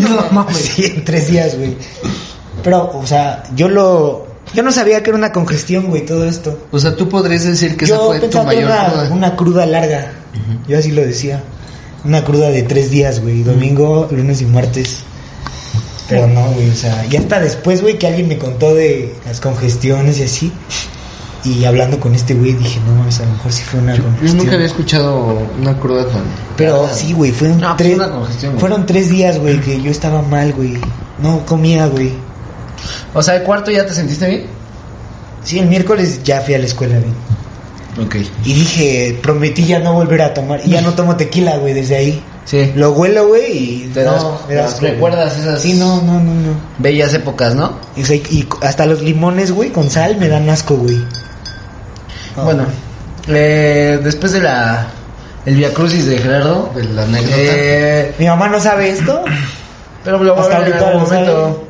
[SPEAKER 1] No mames.
[SPEAKER 2] Sí, en tres días, güey. Pero, o sea, yo lo... Yo no sabía que era una congestión, güey, todo esto.
[SPEAKER 3] O sea, tú podrías decir que esa
[SPEAKER 2] yo
[SPEAKER 3] fue tu
[SPEAKER 2] pensaba que
[SPEAKER 3] mayor
[SPEAKER 2] era
[SPEAKER 3] cruda.
[SPEAKER 2] una, una cruda larga. Yo así lo decía. Una cruda de tres días, güey. Domingo, lunes y martes. Pero no, güey, o sea... Y hasta después, güey, que alguien me contó de las congestiones y así. Y hablando con este güey, dije, no mames, a lo mejor sí fue una
[SPEAKER 3] Yo
[SPEAKER 2] congestión.
[SPEAKER 3] nunca había escuchado una cruda tan.
[SPEAKER 2] Pero sí, güey, fueron
[SPEAKER 1] No, pues
[SPEAKER 2] tres.
[SPEAKER 1] una congestión, güey.
[SPEAKER 2] fueron tres días, güey, que yo estaba mal, güey. No comía, güey.
[SPEAKER 1] [laughs] O sea, el cuarto ya te sentiste bien.
[SPEAKER 2] Sí, el miércoles ya fui a la escuela, güey.
[SPEAKER 1] Ok.
[SPEAKER 2] Y dije, prometí ya no volver a tomar. Y ya no tomo tequila, güey, desde ahí.
[SPEAKER 1] Sí.
[SPEAKER 2] Lo huelo, güey, y
[SPEAKER 1] Te
[SPEAKER 2] no,
[SPEAKER 1] das-
[SPEAKER 2] me da
[SPEAKER 1] las-
[SPEAKER 2] asco, güey.
[SPEAKER 1] recuerdas esas-
[SPEAKER 2] Sí, no, no, no, no.
[SPEAKER 1] Bellas épocas, ¿no?
[SPEAKER 2] Y, o sea, y hasta los limones, güey, con sal me dan asco, güey. No.
[SPEAKER 1] Bueno, eh, después de la. El Via Crucis de Gerardo.
[SPEAKER 3] De la anécdota.
[SPEAKER 1] Eh,
[SPEAKER 2] Mi mamá no
[SPEAKER 1] [coughs]
[SPEAKER 2] sabe esto.
[SPEAKER 1] pero lo voy
[SPEAKER 2] Hasta
[SPEAKER 1] a ver en
[SPEAKER 2] ahorita
[SPEAKER 1] algún
[SPEAKER 2] lo sabe.
[SPEAKER 1] momento.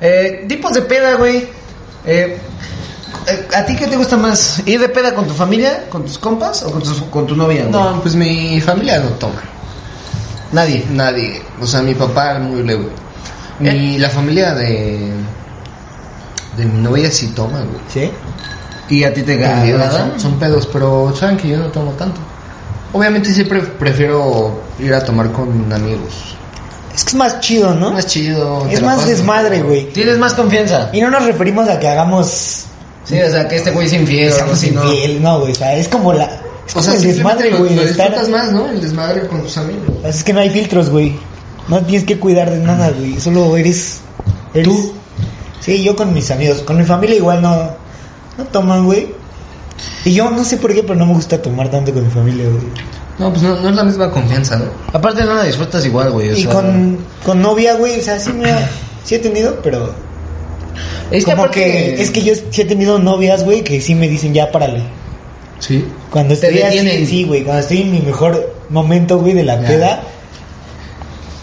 [SPEAKER 1] Eh, tipos de peda, güey. Eh, eh, ¿A ti qué te gusta más? ¿Ir de peda con tu familia, con tus compas o con tu, con tu novia? güey?
[SPEAKER 3] No, pues mi familia no toma.
[SPEAKER 1] Nadie.
[SPEAKER 3] Nadie. O sea, mi papá muy leve. Mi, la familia de. De mi novia sí toma, güey.
[SPEAKER 2] ¿Sí?
[SPEAKER 1] ¿Y a ti te
[SPEAKER 3] Pero, digo,
[SPEAKER 1] agrada?
[SPEAKER 3] son, son pedos, pero saben que yo no tomo tanto. Obviamente siempre prefiero ir a tomar con amigos.
[SPEAKER 2] Es que es más chido, ¿no?
[SPEAKER 1] Más chido. te
[SPEAKER 2] es
[SPEAKER 1] la
[SPEAKER 2] más
[SPEAKER 1] pasas.
[SPEAKER 2] desmadre, güey.
[SPEAKER 1] Tienes más confianza.
[SPEAKER 2] Y no nos referimos a que hagamos
[SPEAKER 1] Sí, o sea, que este güey es infiel. o algo
[SPEAKER 2] seamos
[SPEAKER 1] así, ¿no?
[SPEAKER 2] infiel, no, güey. O sea, es como la. Es
[SPEAKER 3] O
[SPEAKER 2] como
[SPEAKER 3] sea,
[SPEAKER 2] el
[SPEAKER 3] simplemente
[SPEAKER 2] desmadre,
[SPEAKER 3] lo,
[SPEAKER 2] güey.
[SPEAKER 3] lo
[SPEAKER 2] de estar-
[SPEAKER 3] disfrutas más, ¿no? El desmadre con tus amigos.
[SPEAKER 2] Es que no hay filtros, güey. No tienes que cuidar de nada, güey. Solo eres. eres-
[SPEAKER 3] ¿Tú?
[SPEAKER 2] Sí, yo con mis amigos. Con mi familia igual no. No toman, güey. Y yo no sé por qué, pero no me gusta tomar tanto con mi familia, güey.
[SPEAKER 3] No, pues no, no es la misma confianza, ¿no?
[SPEAKER 1] Aparte, no la disfrutas igual, güey. o
[SPEAKER 2] Y
[SPEAKER 1] sea,
[SPEAKER 2] con, con novia, güey. O sea, sí, me ha- sí he tenido, pero.
[SPEAKER 1] Es que
[SPEAKER 2] como
[SPEAKER 1] aparte-
[SPEAKER 2] que. Es que yo sí he tenido novias, güey, que sí me dicen ya párale.
[SPEAKER 3] Sí.
[SPEAKER 2] Cuando
[SPEAKER 1] Te
[SPEAKER 2] estoy así,
[SPEAKER 1] detienen.
[SPEAKER 2] sí, güey, cuando estoy en mi mejor momento, güey, de la
[SPEAKER 3] Ya.
[SPEAKER 2] peda,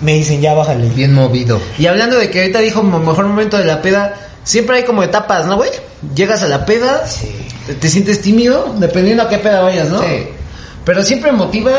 [SPEAKER 2] me dicen ya bájale.
[SPEAKER 3] Bien movido.
[SPEAKER 1] Y hablando de que ahorita dijo mo- mejor momento de la peda, siempre hay como etapas, ¿no, güey? Llegas a la peda, te, te sientes tímido, dependiendo a qué peda vayas, ¿no?
[SPEAKER 3] Sí.
[SPEAKER 1] Pero siempre motiva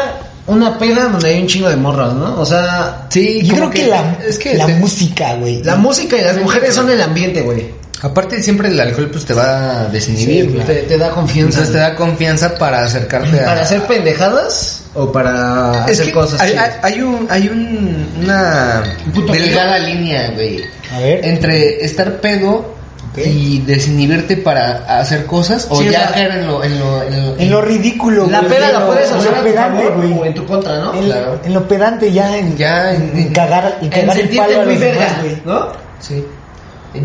[SPEAKER 1] una peda donde hay un chingo de morras, ¿no? O sea,
[SPEAKER 3] Sí,
[SPEAKER 2] Yo
[SPEAKER 3] como
[SPEAKER 2] creo que, la,
[SPEAKER 3] es que
[SPEAKER 2] la
[SPEAKER 3] te-
[SPEAKER 2] música, güey.
[SPEAKER 1] la música y las mujeres son el ambiente, güey.
[SPEAKER 3] Aparte siempre el alcohol pues te va a desinhibir. güey.
[SPEAKER 1] te, te da confianza.
[SPEAKER 3] Entonces te da confianza para acercarte a...
[SPEAKER 1] ¿Para hacer pendejadas o para
[SPEAKER 3] Es
[SPEAKER 1] hacer
[SPEAKER 3] que
[SPEAKER 1] cosas?
[SPEAKER 3] hay,
[SPEAKER 1] chidas?
[SPEAKER 3] hay- hay un, hay un, una
[SPEAKER 1] punto
[SPEAKER 3] delgada línea, güey.
[SPEAKER 2] A ver.
[SPEAKER 3] Entre estar pedo
[SPEAKER 2] Ok.
[SPEAKER 3] y desinhibirte para hacer cosas o
[SPEAKER 1] Sí, o
[SPEAKER 3] ya
[SPEAKER 1] sea,
[SPEAKER 3] caer en lo... En lo, en lo-
[SPEAKER 2] en lo ridículo, güey.
[SPEAKER 1] la peda
[SPEAKER 2] en
[SPEAKER 1] la
[SPEAKER 2] lo-
[SPEAKER 1] puedes
[SPEAKER 2] en lo
[SPEAKER 1] hacer a tu
[SPEAKER 2] pedante,
[SPEAKER 1] favor
[SPEAKER 2] güey.
[SPEAKER 1] o en tu contra, ¿no?
[SPEAKER 2] En,
[SPEAKER 3] claro.
[SPEAKER 2] en lo pedante, ya en,
[SPEAKER 3] Ya, en-
[SPEAKER 2] en cagar, en
[SPEAKER 1] En
[SPEAKER 2] cagar el
[SPEAKER 1] sentirte
[SPEAKER 2] palo a
[SPEAKER 1] muy
[SPEAKER 2] los demás,
[SPEAKER 1] verga,
[SPEAKER 2] güey.
[SPEAKER 1] ¿no?
[SPEAKER 3] Sí.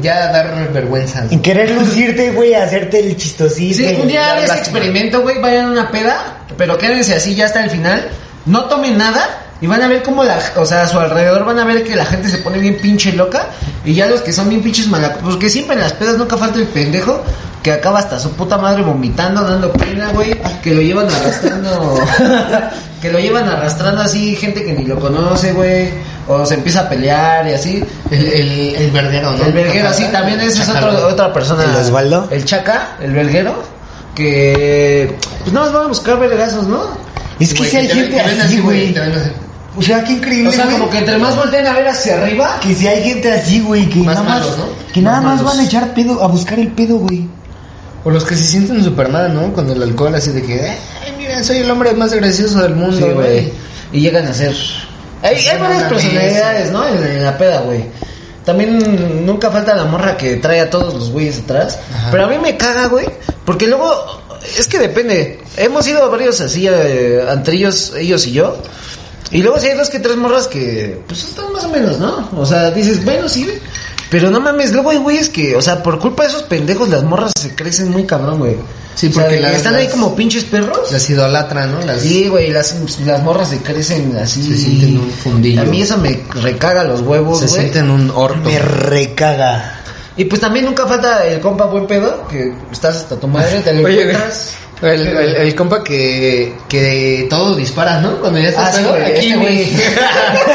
[SPEAKER 3] Ya dar vergüenza.
[SPEAKER 2] En querer lucirte, güey, hacerte el chistosito.
[SPEAKER 1] Sí, un día
[SPEAKER 2] güey.
[SPEAKER 1] hagan ese
[SPEAKER 3] lástima.
[SPEAKER 1] experimento, güey, vayan a una peda, pero quédense así ya hasta el final, no tomen nada y van a ver cómo la, o sea, a su alrededor van a ver que la gente se pone bien pinche loca y ya los que son bien pinches malacos, porque siempre en las pedas nunca falta el pendejo que acaba hasta su puta madre vomitando, dando pena, güey, que lo llevan arrastrando, [laughs] que lo llevan arrastrando así gente que ni lo conoce, güey, o se empieza a pelear y así.
[SPEAKER 3] El, el, el verguero, ¿no?
[SPEAKER 1] El verguero, sí, también esa es otro- otra persona.
[SPEAKER 2] ¿El Osvaldo?
[SPEAKER 1] El Chaca, el verguero, que pues nada más van a buscar vergazos, ¿no?
[SPEAKER 2] Es que si hay gente así, güey. O sea, qué increíble,
[SPEAKER 1] O sea,
[SPEAKER 2] güey.
[SPEAKER 1] como que entre más volteen a ver hacia arriba,
[SPEAKER 2] Que si hay gente así, güey, que
[SPEAKER 3] Más
[SPEAKER 2] nada más,
[SPEAKER 3] malos, ¿no?
[SPEAKER 2] que nada
[SPEAKER 3] Más
[SPEAKER 2] más
[SPEAKER 3] malos.
[SPEAKER 2] van a echar pedo, a buscar el pedo, güey.
[SPEAKER 3] O los que se sienten Superman, ¿no? Con el alcohol así de que... "Eh, Ay, miren, soy el hombre más gracioso del mundo,
[SPEAKER 1] Sí,
[SPEAKER 3] güey.
[SPEAKER 1] güey. Y llegan a ser. Hay, hay varias personalidades, ¿no? En, en la peda, güey. También nunca falta la morra que trae a todos los güeyes atrás.
[SPEAKER 3] Ajá.
[SPEAKER 1] Pero a mí me caga, güey. Porque luego. Es que depende. Hemos ido a varios así, eh, entre ellos, ellos y yo. Y luego si hay dos que tres morras que. Pues están más o menos, ¿no? O sea, dices, bueno, sí, güey. Pero no mames, luego hay güeyes que. O sea, por culpa de esos pendejos, las morras se crecen muy cabrón, güey.
[SPEAKER 3] Sí,
[SPEAKER 1] O sea,
[SPEAKER 3] porque
[SPEAKER 1] de que
[SPEAKER 3] las-
[SPEAKER 1] están ahí
[SPEAKER 3] las-
[SPEAKER 1] como pinches perros.
[SPEAKER 3] Las idolatran, ¿no? Las...
[SPEAKER 1] Sí, güey, las, las morras se crecen así.
[SPEAKER 3] Se sienten un fundillo.
[SPEAKER 1] A mí eso me recaga los huevos,
[SPEAKER 3] se
[SPEAKER 1] güey.
[SPEAKER 3] sienten un orto.
[SPEAKER 2] Me recaga.
[SPEAKER 1] Y pues también nunca falta el compa buen pedo, que estás hasta tu madre, te lo
[SPEAKER 3] Oye,
[SPEAKER 1] encuentras.
[SPEAKER 3] güey, el, el, el compa que, que todo dispara, ¿no? Cuando ya está
[SPEAKER 1] Ah, sí,
[SPEAKER 3] pedo,
[SPEAKER 1] güey,
[SPEAKER 3] aquí,
[SPEAKER 1] este
[SPEAKER 3] güey. [laughs]
[SPEAKER 1] güey.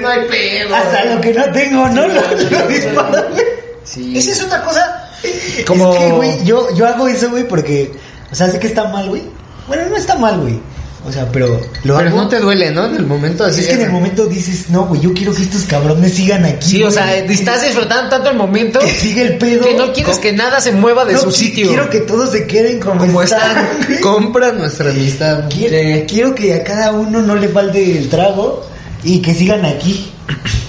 [SPEAKER 3] no hay pedo.
[SPEAKER 2] Hasta lo que no tengo, ¿no? Lo, lo disparo, güey.
[SPEAKER 3] Sí.
[SPEAKER 1] Esa es una cosa
[SPEAKER 2] Es que, güey, yo, yo hago eso, güey, porque, o sea, sé que está mal, güey. Bueno, no está mal, güey. O sea, pero lo
[SPEAKER 3] Pero
[SPEAKER 2] hago.
[SPEAKER 3] no te duele, ¿no? En el momento así.
[SPEAKER 2] es que en el momento dices, no, güey, yo quiero que estos cabrones sigan aquí.
[SPEAKER 1] Sí, o
[SPEAKER 2] güey.
[SPEAKER 1] sea, estás disfrutando tanto el momento
[SPEAKER 2] que siga el pedo.
[SPEAKER 1] que no quieres que nada se mueva de
[SPEAKER 2] No,
[SPEAKER 1] su
[SPEAKER 2] qui-
[SPEAKER 1] sitio.
[SPEAKER 2] Quiero que todos se queden como,
[SPEAKER 3] Como
[SPEAKER 2] están.
[SPEAKER 3] están,
[SPEAKER 2] güey.
[SPEAKER 3] [laughs] compra nuestra amistad.
[SPEAKER 2] Quiero, quiero que a cada uno no le falte el trago y que sigan aquí.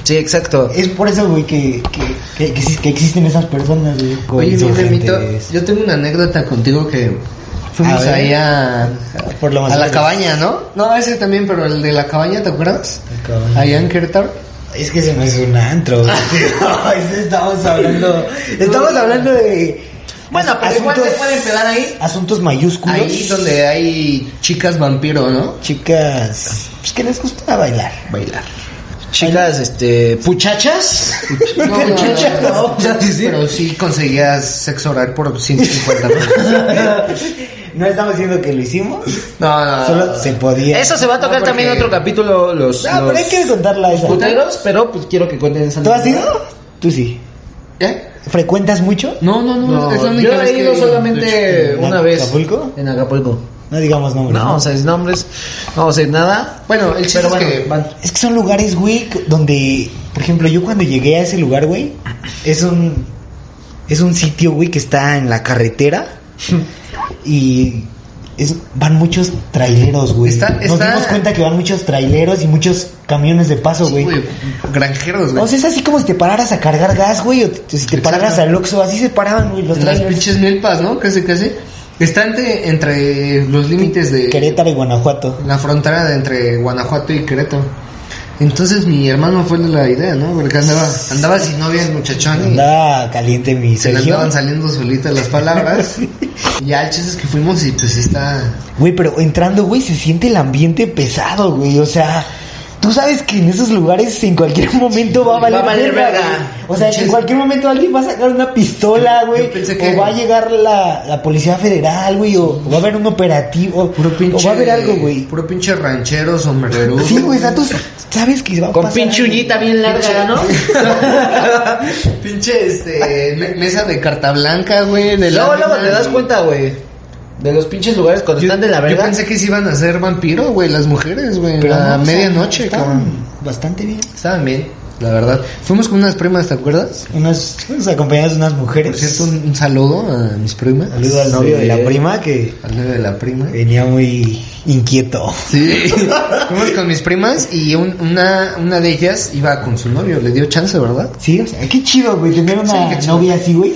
[SPEAKER 1] Sí, exacto.
[SPEAKER 2] Es por eso, güey, que, que, que, que exis- que existen esas personas, güey. con
[SPEAKER 3] Oye, mi
[SPEAKER 2] sus
[SPEAKER 3] remito,
[SPEAKER 2] gentes.
[SPEAKER 3] yo tengo una anécdota contigo que fuimos
[SPEAKER 2] A ver.
[SPEAKER 3] ahí a,
[SPEAKER 2] Por lo más
[SPEAKER 3] a la
[SPEAKER 2] menos.
[SPEAKER 3] cabaña, ¿no? No, ese también, pero el de la cabaña, ¿te acuerdas?
[SPEAKER 2] La cabaña.
[SPEAKER 3] Allá en Querétaro.
[SPEAKER 2] Es que se me es un antro,
[SPEAKER 3] [laughs]
[SPEAKER 2] güey. [laughs] estamos hablando. Estamos hablando de.
[SPEAKER 1] Bueno, pero igual
[SPEAKER 2] asuntos-
[SPEAKER 1] se pueden pegar ahí.
[SPEAKER 2] Asuntos mayúsculos.
[SPEAKER 3] Ahí donde hay chicas vampiro, ¿no?
[SPEAKER 2] Chicas. Pues que les gusta
[SPEAKER 3] [laughs]
[SPEAKER 2] bailar.
[SPEAKER 3] Bailar.
[SPEAKER 1] Chicas, este, puchachas.
[SPEAKER 3] No, no,
[SPEAKER 2] Muchacha,
[SPEAKER 3] no, no.
[SPEAKER 2] no.
[SPEAKER 3] Pero sí conseguías sexo oral por
[SPEAKER 2] [laughs]
[SPEAKER 3] 150 pesos.
[SPEAKER 2] No estamos diciendo que lo hicimos.
[SPEAKER 3] No, no, no.
[SPEAKER 2] Solo se podía.
[SPEAKER 1] Eso se va a tocar
[SPEAKER 3] No, porque-
[SPEAKER 1] también en otro capítulo, los,
[SPEAKER 2] No, pero
[SPEAKER 1] los
[SPEAKER 2] hay que contarla esa.
[SPEAKER 1] puteros, pero pues quiero que cuenten esa
[SPEAKER 2] ¿Tú has ido?
[SPEAKER 1] anécdota.
[SPEAKER 2] Tú sí.
[SPEAKER 3] ¿Eh?
[SPEAKER 2] ¿Frecuentas mucho?
[SPEAKER 3] No, no, no,
[SPEAKER 1] No,
[SPEAKER 3] es la única
[SPEAKER 1] yo
[SPEAKER 3] vez
[SPEAKER 1] he
[SPEAKER 3] que
[SPEAKER 1] ido
[SPEAKER 3] de
[SPEAKER 1] solamente
[SPEAKER 3] hecho.
[SPEAKER 2] ¿En
[SPEAKER 1] una vez.
[SPEAKER 2] Acapulco?
[SPEAKER 1] En Acapulco.
[SPEAKER 2] No digamos nombres.
[SPEAKER 1] No, o sea, es nombres, no o sea, nada.
[SPEAKER 3] Bueno, el chiste
[SPEAKER 1] Pero
[SPEAKER 3] es
[SPEAKER 1] bueno,
[SPEAKER 3] que
[SPEAKER 1] van.
[SPEAKER 2] Es que son lugares, güey, c- donde, por ejemplo, yo cuando llegué a ese lugar, güey, es un es un sitio, güey, que está en la carretera y es, van muchos traileros, güey.
[SPEAKER 3] Está-
[SPEAKER 2] Nos
[SPEAKER 3] está-
[SPEAKER 2] dimos cuenta que van muchos traileros y muchos camiones de paso, güey.
[SPEAKER 3] Güey, granjeros, güey.
[SPEAKER 2] o sea, es así como si te pararas a cargar gas, güey, o te- si te pararas
[SPEAKER 3] Exacto.
[SPEAKER 2] al Oxxo, así se paraban, güey, los
[SPEAKER 3] las
[SPEAKER 2] trailers.
[SPEAKER 3] pinches milpas, ¿no? Casi, casi. Está entre, entre los límites de...
[SPEAKER 2] Querétaro y Guanajuato.
[SPEAKER 3] La frontera de entre Guanajuato y Querétaro. Entonces mi hermano fue la idea, ¿no? Porque andaba, andaba sin novia el muchachón. Y
[SPEAKER 2] Andaba caliente mi
[SPEAKER 3] se le
[SPEAKER 2] Sergio.
[SPEAKER 3] andaban saliendo solitas
[SPEAKER 2] [laughs]
[SPEAKER 3] las palabras. y ya el chiste es que fuimos y pues está...
[SPEAKER 2] Güey, pero entrando, güey, se siente el ambiente pesado, güey. O sea, tú sabes que en esos lugares en cualquier momento va a valer,
[SPEAKER 1] va a valer verga.
[SPEAKER 2] güey. O sea,
[SPEAKER 3] Pinches-
[SPEAKER 2] en cualquier momento alguien va a sacar una pistola, güey.
[SPEAKER 3] Yo pensé
[SPEAKER 2] O
[SPEAKER 3] que-
[SPEAKER 2] va a llegar la, la policía federal, güey. O, o va a haber un operativo.
[SPEAKER 3] Puro pinche...
[SPEAKER 2] o va a haber algo, güey.
[SPEAKER 3] Puro pinche ranchero, sombrerudo.
[SPEAKER 2] Sí, güey, o sea, tú sabes que va a
[SPEAKER 1] Con
[SPEAKER 2] pasar
[SPEAKER 1] pinche
[SPEAKER 2] algo.
[SPEAKER 1] uñita bien larga, [laughs] ¿no?
[SPEAKER 3] pinche, este... me- mesa de carta blanca, güey. de
[SPEAKER 1] Luego,
[SPEAKER 3] lámina.
[SPEAKER 1] luego te das cuenta, güey. De los pinches lugares cuando están de la
[SPEAKER 3] Yo
[SPEAKER 1] verga.
[SPEAKER 3] pensé que se iban a ser vampiro, güey, las mujeres, güey.
[SPEAKER 2] Pero
[SPEAKER 3] A
[SPEAKER 2] no, o sea,
[SPEAKER 3] medianoche,
[SPEAKER 2] estaban
[SPEAKER 3] cabrón.
[SPEAKER 2] Bastante bien.
[SPEAKER 3] Estaban bien, la verdad. Fuimos con unas primas, ¿te acuerdas?
[SPEAKER 2] Unas, unas acompañadas de unas mujeres.
[SPEAKER 3] Por cierto, Pues un, un saludo a mis primas.
[SPEAKER 2] Saludo al novio
[SPEAKER 1] Sí.
[SPEAKER 2] de la prima que
[SPEAKER 3] Al novio de la prima.
[SPEAKER 2] venía muy inquieto.
[SPEAKER 3] Sí. [laughs] Fuimos con mis primas y un- una, una de ellas iba con su novio. Le dio chance, ¿verdad?
[SPEAKER 2] Sí, o sea, qué chido, güey, tener
[SPEAKER 3] Sí, qué
[SPEAKER 2] una
[SPEAKER 3] chido.
[SPEAKER 2] novia así, güey.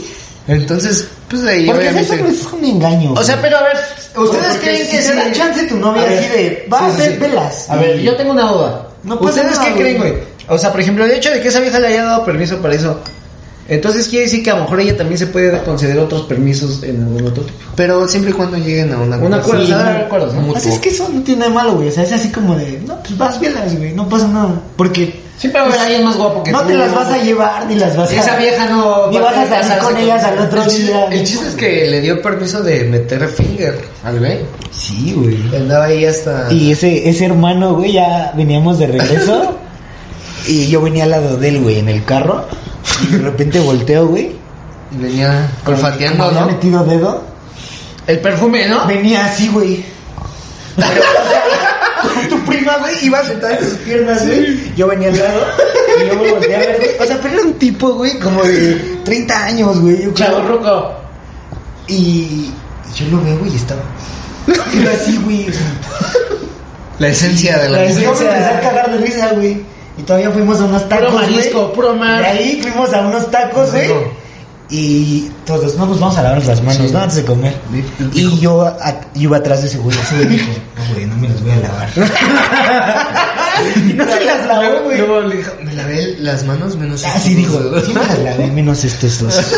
[SPEAKER 3] Entonces, pues ahí
[SPEAKER 2] Porque eso
[SPEAKER 3] obviamente-
[SPEAKER 2] pues, es un engaño.
[SPEAKER 1] O sea,
[SPEAKER 2] güey.
[SPEAKER 1] pero a ver,
[SPEAKER 2] ¿ustedes creen que se da chance tu novia
[SPEAKER 1] A ver,
[SPEAKER 2] así de, va a
[SPEAKER 1] sí, sí,
[SPEAKER 2] hacer
[SPEAKER 1] sí.
[SPEAKER 2] velas?
[SPEAKER 1] A ver, yo tengo una duda.
[SPEAKER 2] No pasa
[SPEAKER 1] ¿Ustedes
[SPEAKER 2] nada,
[SPEAKER 1] qué
[SPEAKER 2] güey.
[SPEAKER 1] creen, güey? O sea, por ejemplo, el hecho de que esa vieja le haya dado permiso para eso, entonces quiere decir que a lo mejor ella también se puede conceder otros permisos en algún otro tipo.
[SPEAKER 3] Pero siempre y cuando lleguen a una
[SPEAKER 1] Un acuerdo,
[SPEAKER 3] Sí.
[SPEAKER 1] se van a haber acuerdos, ¿no?
[SPEAKER 3] Mutuo.
[SPEAKER 2] Así Pues es que eso no tiene nada de malo, güey. O sea, es así como de, no, pues vas velas, güey, no pasa nada. Porque pues,
[SPEAKER 1] Siempre va a haber alguien más guapo que
[SPEAKER 2] no
[SPEAKER 1] tú,
[SPEAKER 2] te las vas a llevar ni las vas a.
[SPEAKER 1] Esa vieja no
[SPEAKER 2] Ni
[SPEAKER 1] va a
[SPEAKER 2] vas a salir
[SPEAKER 1] casarse
[SPEAKER 2] con
[SPEAKER 1] con-
[SPEAKER 2] ellas al otro
[SPEAKER 3] El chiste-
[SPEAKER 2] día.
[SPEAKER 3] El chiste es que le dio permiso de meter finger al güey.
[SPEAKER 2] Sí, güey.
[SPEAKER 3] Andaba ahí hasta...
[SPEAKER 2] Y ese, ese hermano, güey, ya veníamos
[SPEAKER 1] [laughs]
[SPEAKER 2] de regreso. y yo venía al lado de él, güey, en el carro. Y de repente volteo, güey.
[SPEAKER 3] Y venía olfateando,
[SPEAKER 2] Había
[SPEAKER 3] ¿no?
[SPEAKER 2] metido dedo.
[SPEAKER 1] El perfume, ¿no?
[SPEAKER 2] Venía así, güey. [laughs] Con tu prima, güey, iba sentada en sus piernas, güey. Yo venía al lado. Y yo me volteé a ver, güey. O sea, pero era un tipo, güey, como de 30 años, güey. yo creo.
[SPEAKER 1] Chavo Ruco.
[SPEAKER 2] Y yo lo veo, güey, y estaba. Era así, güey. o sea,
[SPEAKER 3] La esencia de la...
[SPEAKER 2] La yo me empecé a cagar de risa, güey. Y todavía fuimos a unos tacos. güey.
[SPEAKER 1] marisco, puro mar.
[SPEAKER 2] De ahí fuimos a unos tacos, güey.
[SPEAKER 3] No.
[SPEAKER 2] Y todos, no, pues vamos a lavarnos las manos,
[SPEAKER 3] Sí.
[SPEAKER 2] ¿no? Antes de comer.
[SPEAKER 3] Dijo-
[SPEAKER 2] Y yo a- iba atrás de ese güey. Ese güey dijo, no, güey, no me las voy a
[SPEAKER 1] [laughs]
[SPEAKER 2] lavar. y no se las lavó, güey.
[SPEAKER 3] Luego le dijo, me lavé las manos menos...
[SPEAKER 2] Así
[SPEAKER 3] estos
[SPEAKER 2] dijo,
[SPEAKER 3] dos".
[SPEAKER 2] Ah, sí me las lavé, menos estos dos.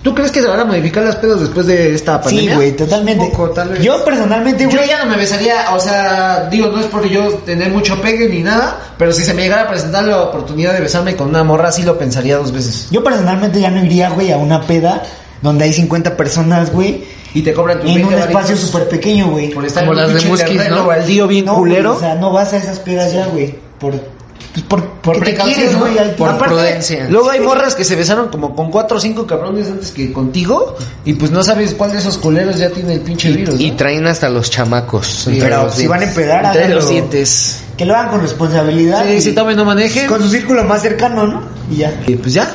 [SPEAKER 1] ¿Tú crees que se van a modificar las pedos después de esta
[SPEAKER 2] Sí,
[SPEAKER 1] pandemia?
[SPEAKER 2] güey, totalmente.
[SPEAKER 3] Un poco, tal vez.
[SPEAKER 2] Yo personalmente,
[SPEAKER 1] Yo
[SPEAKER 2] güey.
[SPEAKER 1] ya no me besaría, o sea, digo, no es porque yo tener mucho pegue ni nada, pero si se me llegara a presentar la oportunidad de besarme con una morra, sí lo pensaría dos veces.
[SPEAKER 2] Yo personalmente ya no iría, güey, a una peda donde hay 50 personas, güey,
[SPEAKER 1] Y te cobran tus
[SPEAKER 2] en
[SPEAKER 1] 20
[SPEAKER 2] un espacio
[SPEAKER 1] varitos
[SPEAKER 2] súper pequeño, güey.
[SPEAKER 1] por estar
[SPEAKER 3] Como
[SPEAKER 1] en un
[SPEAKER 3] las de
[SPEAKER 1] pinche
[SPEAKER 3] Muskis,
[SPEAKER 1] terreno
[SPEAKER 3] ¿no?
[SPEAKER 1] baldío bien
[SPEAKER 2] No,
[SPEAKER 1] culero.
[SPEAKER 2] güey, O sea, no vas a esas pedas ya, güey. Por, pues, por, porque te
[SPEAKER 1] precaución,
[SPEAKER 2] quieres,
[SPEAKER 1] ¿no?
[SPEAKER 2] güey. al-
[SPEAKER 3] Por
[SPEAKER 2] aparte-
[SPEAKER 3] prudencia.
[SPEAKER 1] Luego hay morras que se besaron como con cuatro o cinco cabrones antes que contigo, y pues no sabes cuál de esos culeros ya tiene el pinche virus.
[SPEAKER 3] Y
[SPEAKER 1] ¿no?
[SPEAKER 3] traen hasta los chamacos. entre
[SPEAKER 2] Pero
[SPEAKER 3] los
[SPEAKER 2] si van a
[SPEAKER 3] dientes.
[SPEAKER 2] empedar,
[SPEAKER 1] Entre los
[SPEAKER 2] háganlo-
[SPEAKER 1] sientes.
[SPEAKER 2] Que lo hagan con responsabilidad.
[SPEAKER 1] Sí,
[SPEAKER 2] y-
[SPEAKER 1] si tomen, no manejen.
[SPEAKER 2] Con su círculo más cercano, ¿no? Y ya.
[SPEAKER 1] Y pues ya,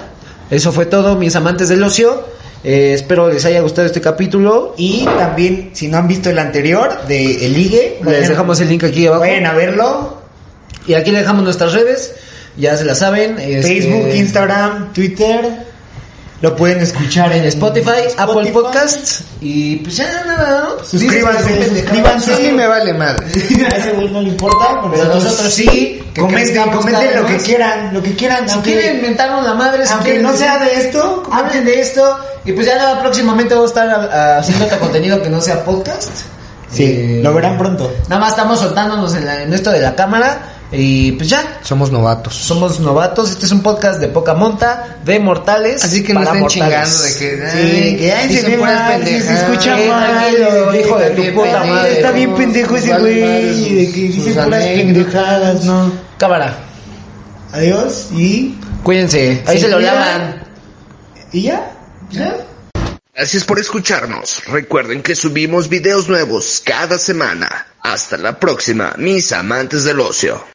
[SPEAKER 1] eso fue todo, mis amantes del ocio. Eh, espero les haya gustado este capítulo.
[SPEAKER 2] Y también, si no han visto el anterior de El Ligue,
[SPEAKER 1] Les dejamos el link aquí abajo.
[SPEAKER 2] Vayan a verlo.
[SPEAKER 1] Y aquí le dejamos nuestras redes, ya se las saben. este,
[SPEAKER 2] Facebook, Instagram, Twitter. Lo pueden escuchar
[SPEAKER 1] En Spotify, Apple
[SPEAKER 2] Spotify.
[SPEAKER 1] Podcasts. Y pues ya nada, ¿no?
[SPEAKER 2] Suscríbanse,
[SPEAKER 1] Dices que
[SPEAKER 2] suscríbanse.
[SPEAKER 3] A mí me vale madre.
[SPEAKER 2] [laughs] A ese güey no le importa. porque
[SPEAKER 1] Pero nosotros sí. que
[SPEAKER 2] Comenten,
[SPEAKER 1] crezcamos
[SPEAKER 2] comenten
[SPEAKER 1] cada
[SPEAKER 2] lo que
[SPEAKER 1] vez.
[SPEAKER 2] quieran, lo que quieran.
[SPEAKER 1] Si
[SPEAKER 2] aunque-
[SPEAKER 1] quieren inventarnos la madre, si
[SPEAKER 2] Aunque
[SPEAKER 1] quieren-
[SPEAKER 2] no sea de esto,
[SPEAKER 1] hablen de esto. Y pues ya nada, próximamente voy a estar ah, haciendo otro contenido que no sea podcast.
[SPEAKER 2] Sí,
[SPEAKER 1] Eh,
[SPEAKER 2] lo verán pronto.
[SPEAKER 1] Nada más estamos soltándonos en, la- en esto de la cámara. Y pues ya,
[SPEAKER 3] Somos novatos.
[SPEAKER 1] somos novatos. Este es un podcast de poca monta, de mortales.
[SPEAKER 3] Así que no
[SPEAKER 1] para
[SPEAKER 3] estén
[SPEAKER 1] mortales.
[SPEAKER 3] chingando de que...
[SPEAKER 2] Sí, que ay,
[SPEAKER 3] dicen
[SPEAKER 2] se ve
[SPEAKER 3] puras
[SPEAKER 2] mal, sí, se
[SPEAKER 3] pendejadas.
[SPEAKER 2] escucha
[SPEAKER 1] Eh,
[SPEAKER 2] mal.
[SPEAKER 1] tranquilo, hijo de tu
[SPEAKER 2] Bien
[SPEAKER 1] puta
[SPEAKER 2] pendejo,
[SPEAKER 1] madre.
[SPEAKER 2] Está bien pendejo ese güey.
[SPEAKER 3] Vale, sus-
[SPEAKER 2] De que
[SPEAKER 3] sus
[SPEAKER 2] dice puras
[SPEAKER 3] anécdotas.
[SPEAKER 2] pendejadas, no.
[SPEAKER 1] Cámara,
[SPEAKER 2] Adiós y.
[SPEAKER 1] cuídense. Ahí
[SPEAKER 2] Sí,
[SPEAKER 1] se lo
[SPEAKER 2] cuidan.
[SPEAKER 1] lavan.
[SPEAKER 2] ¿Y ya? ¿Ya?
[SPEAKER 5] Gracias por escucharnos. Recuerden que subimos videos nuevos cada semana. Hasta la próxima, mis amantes del ocio.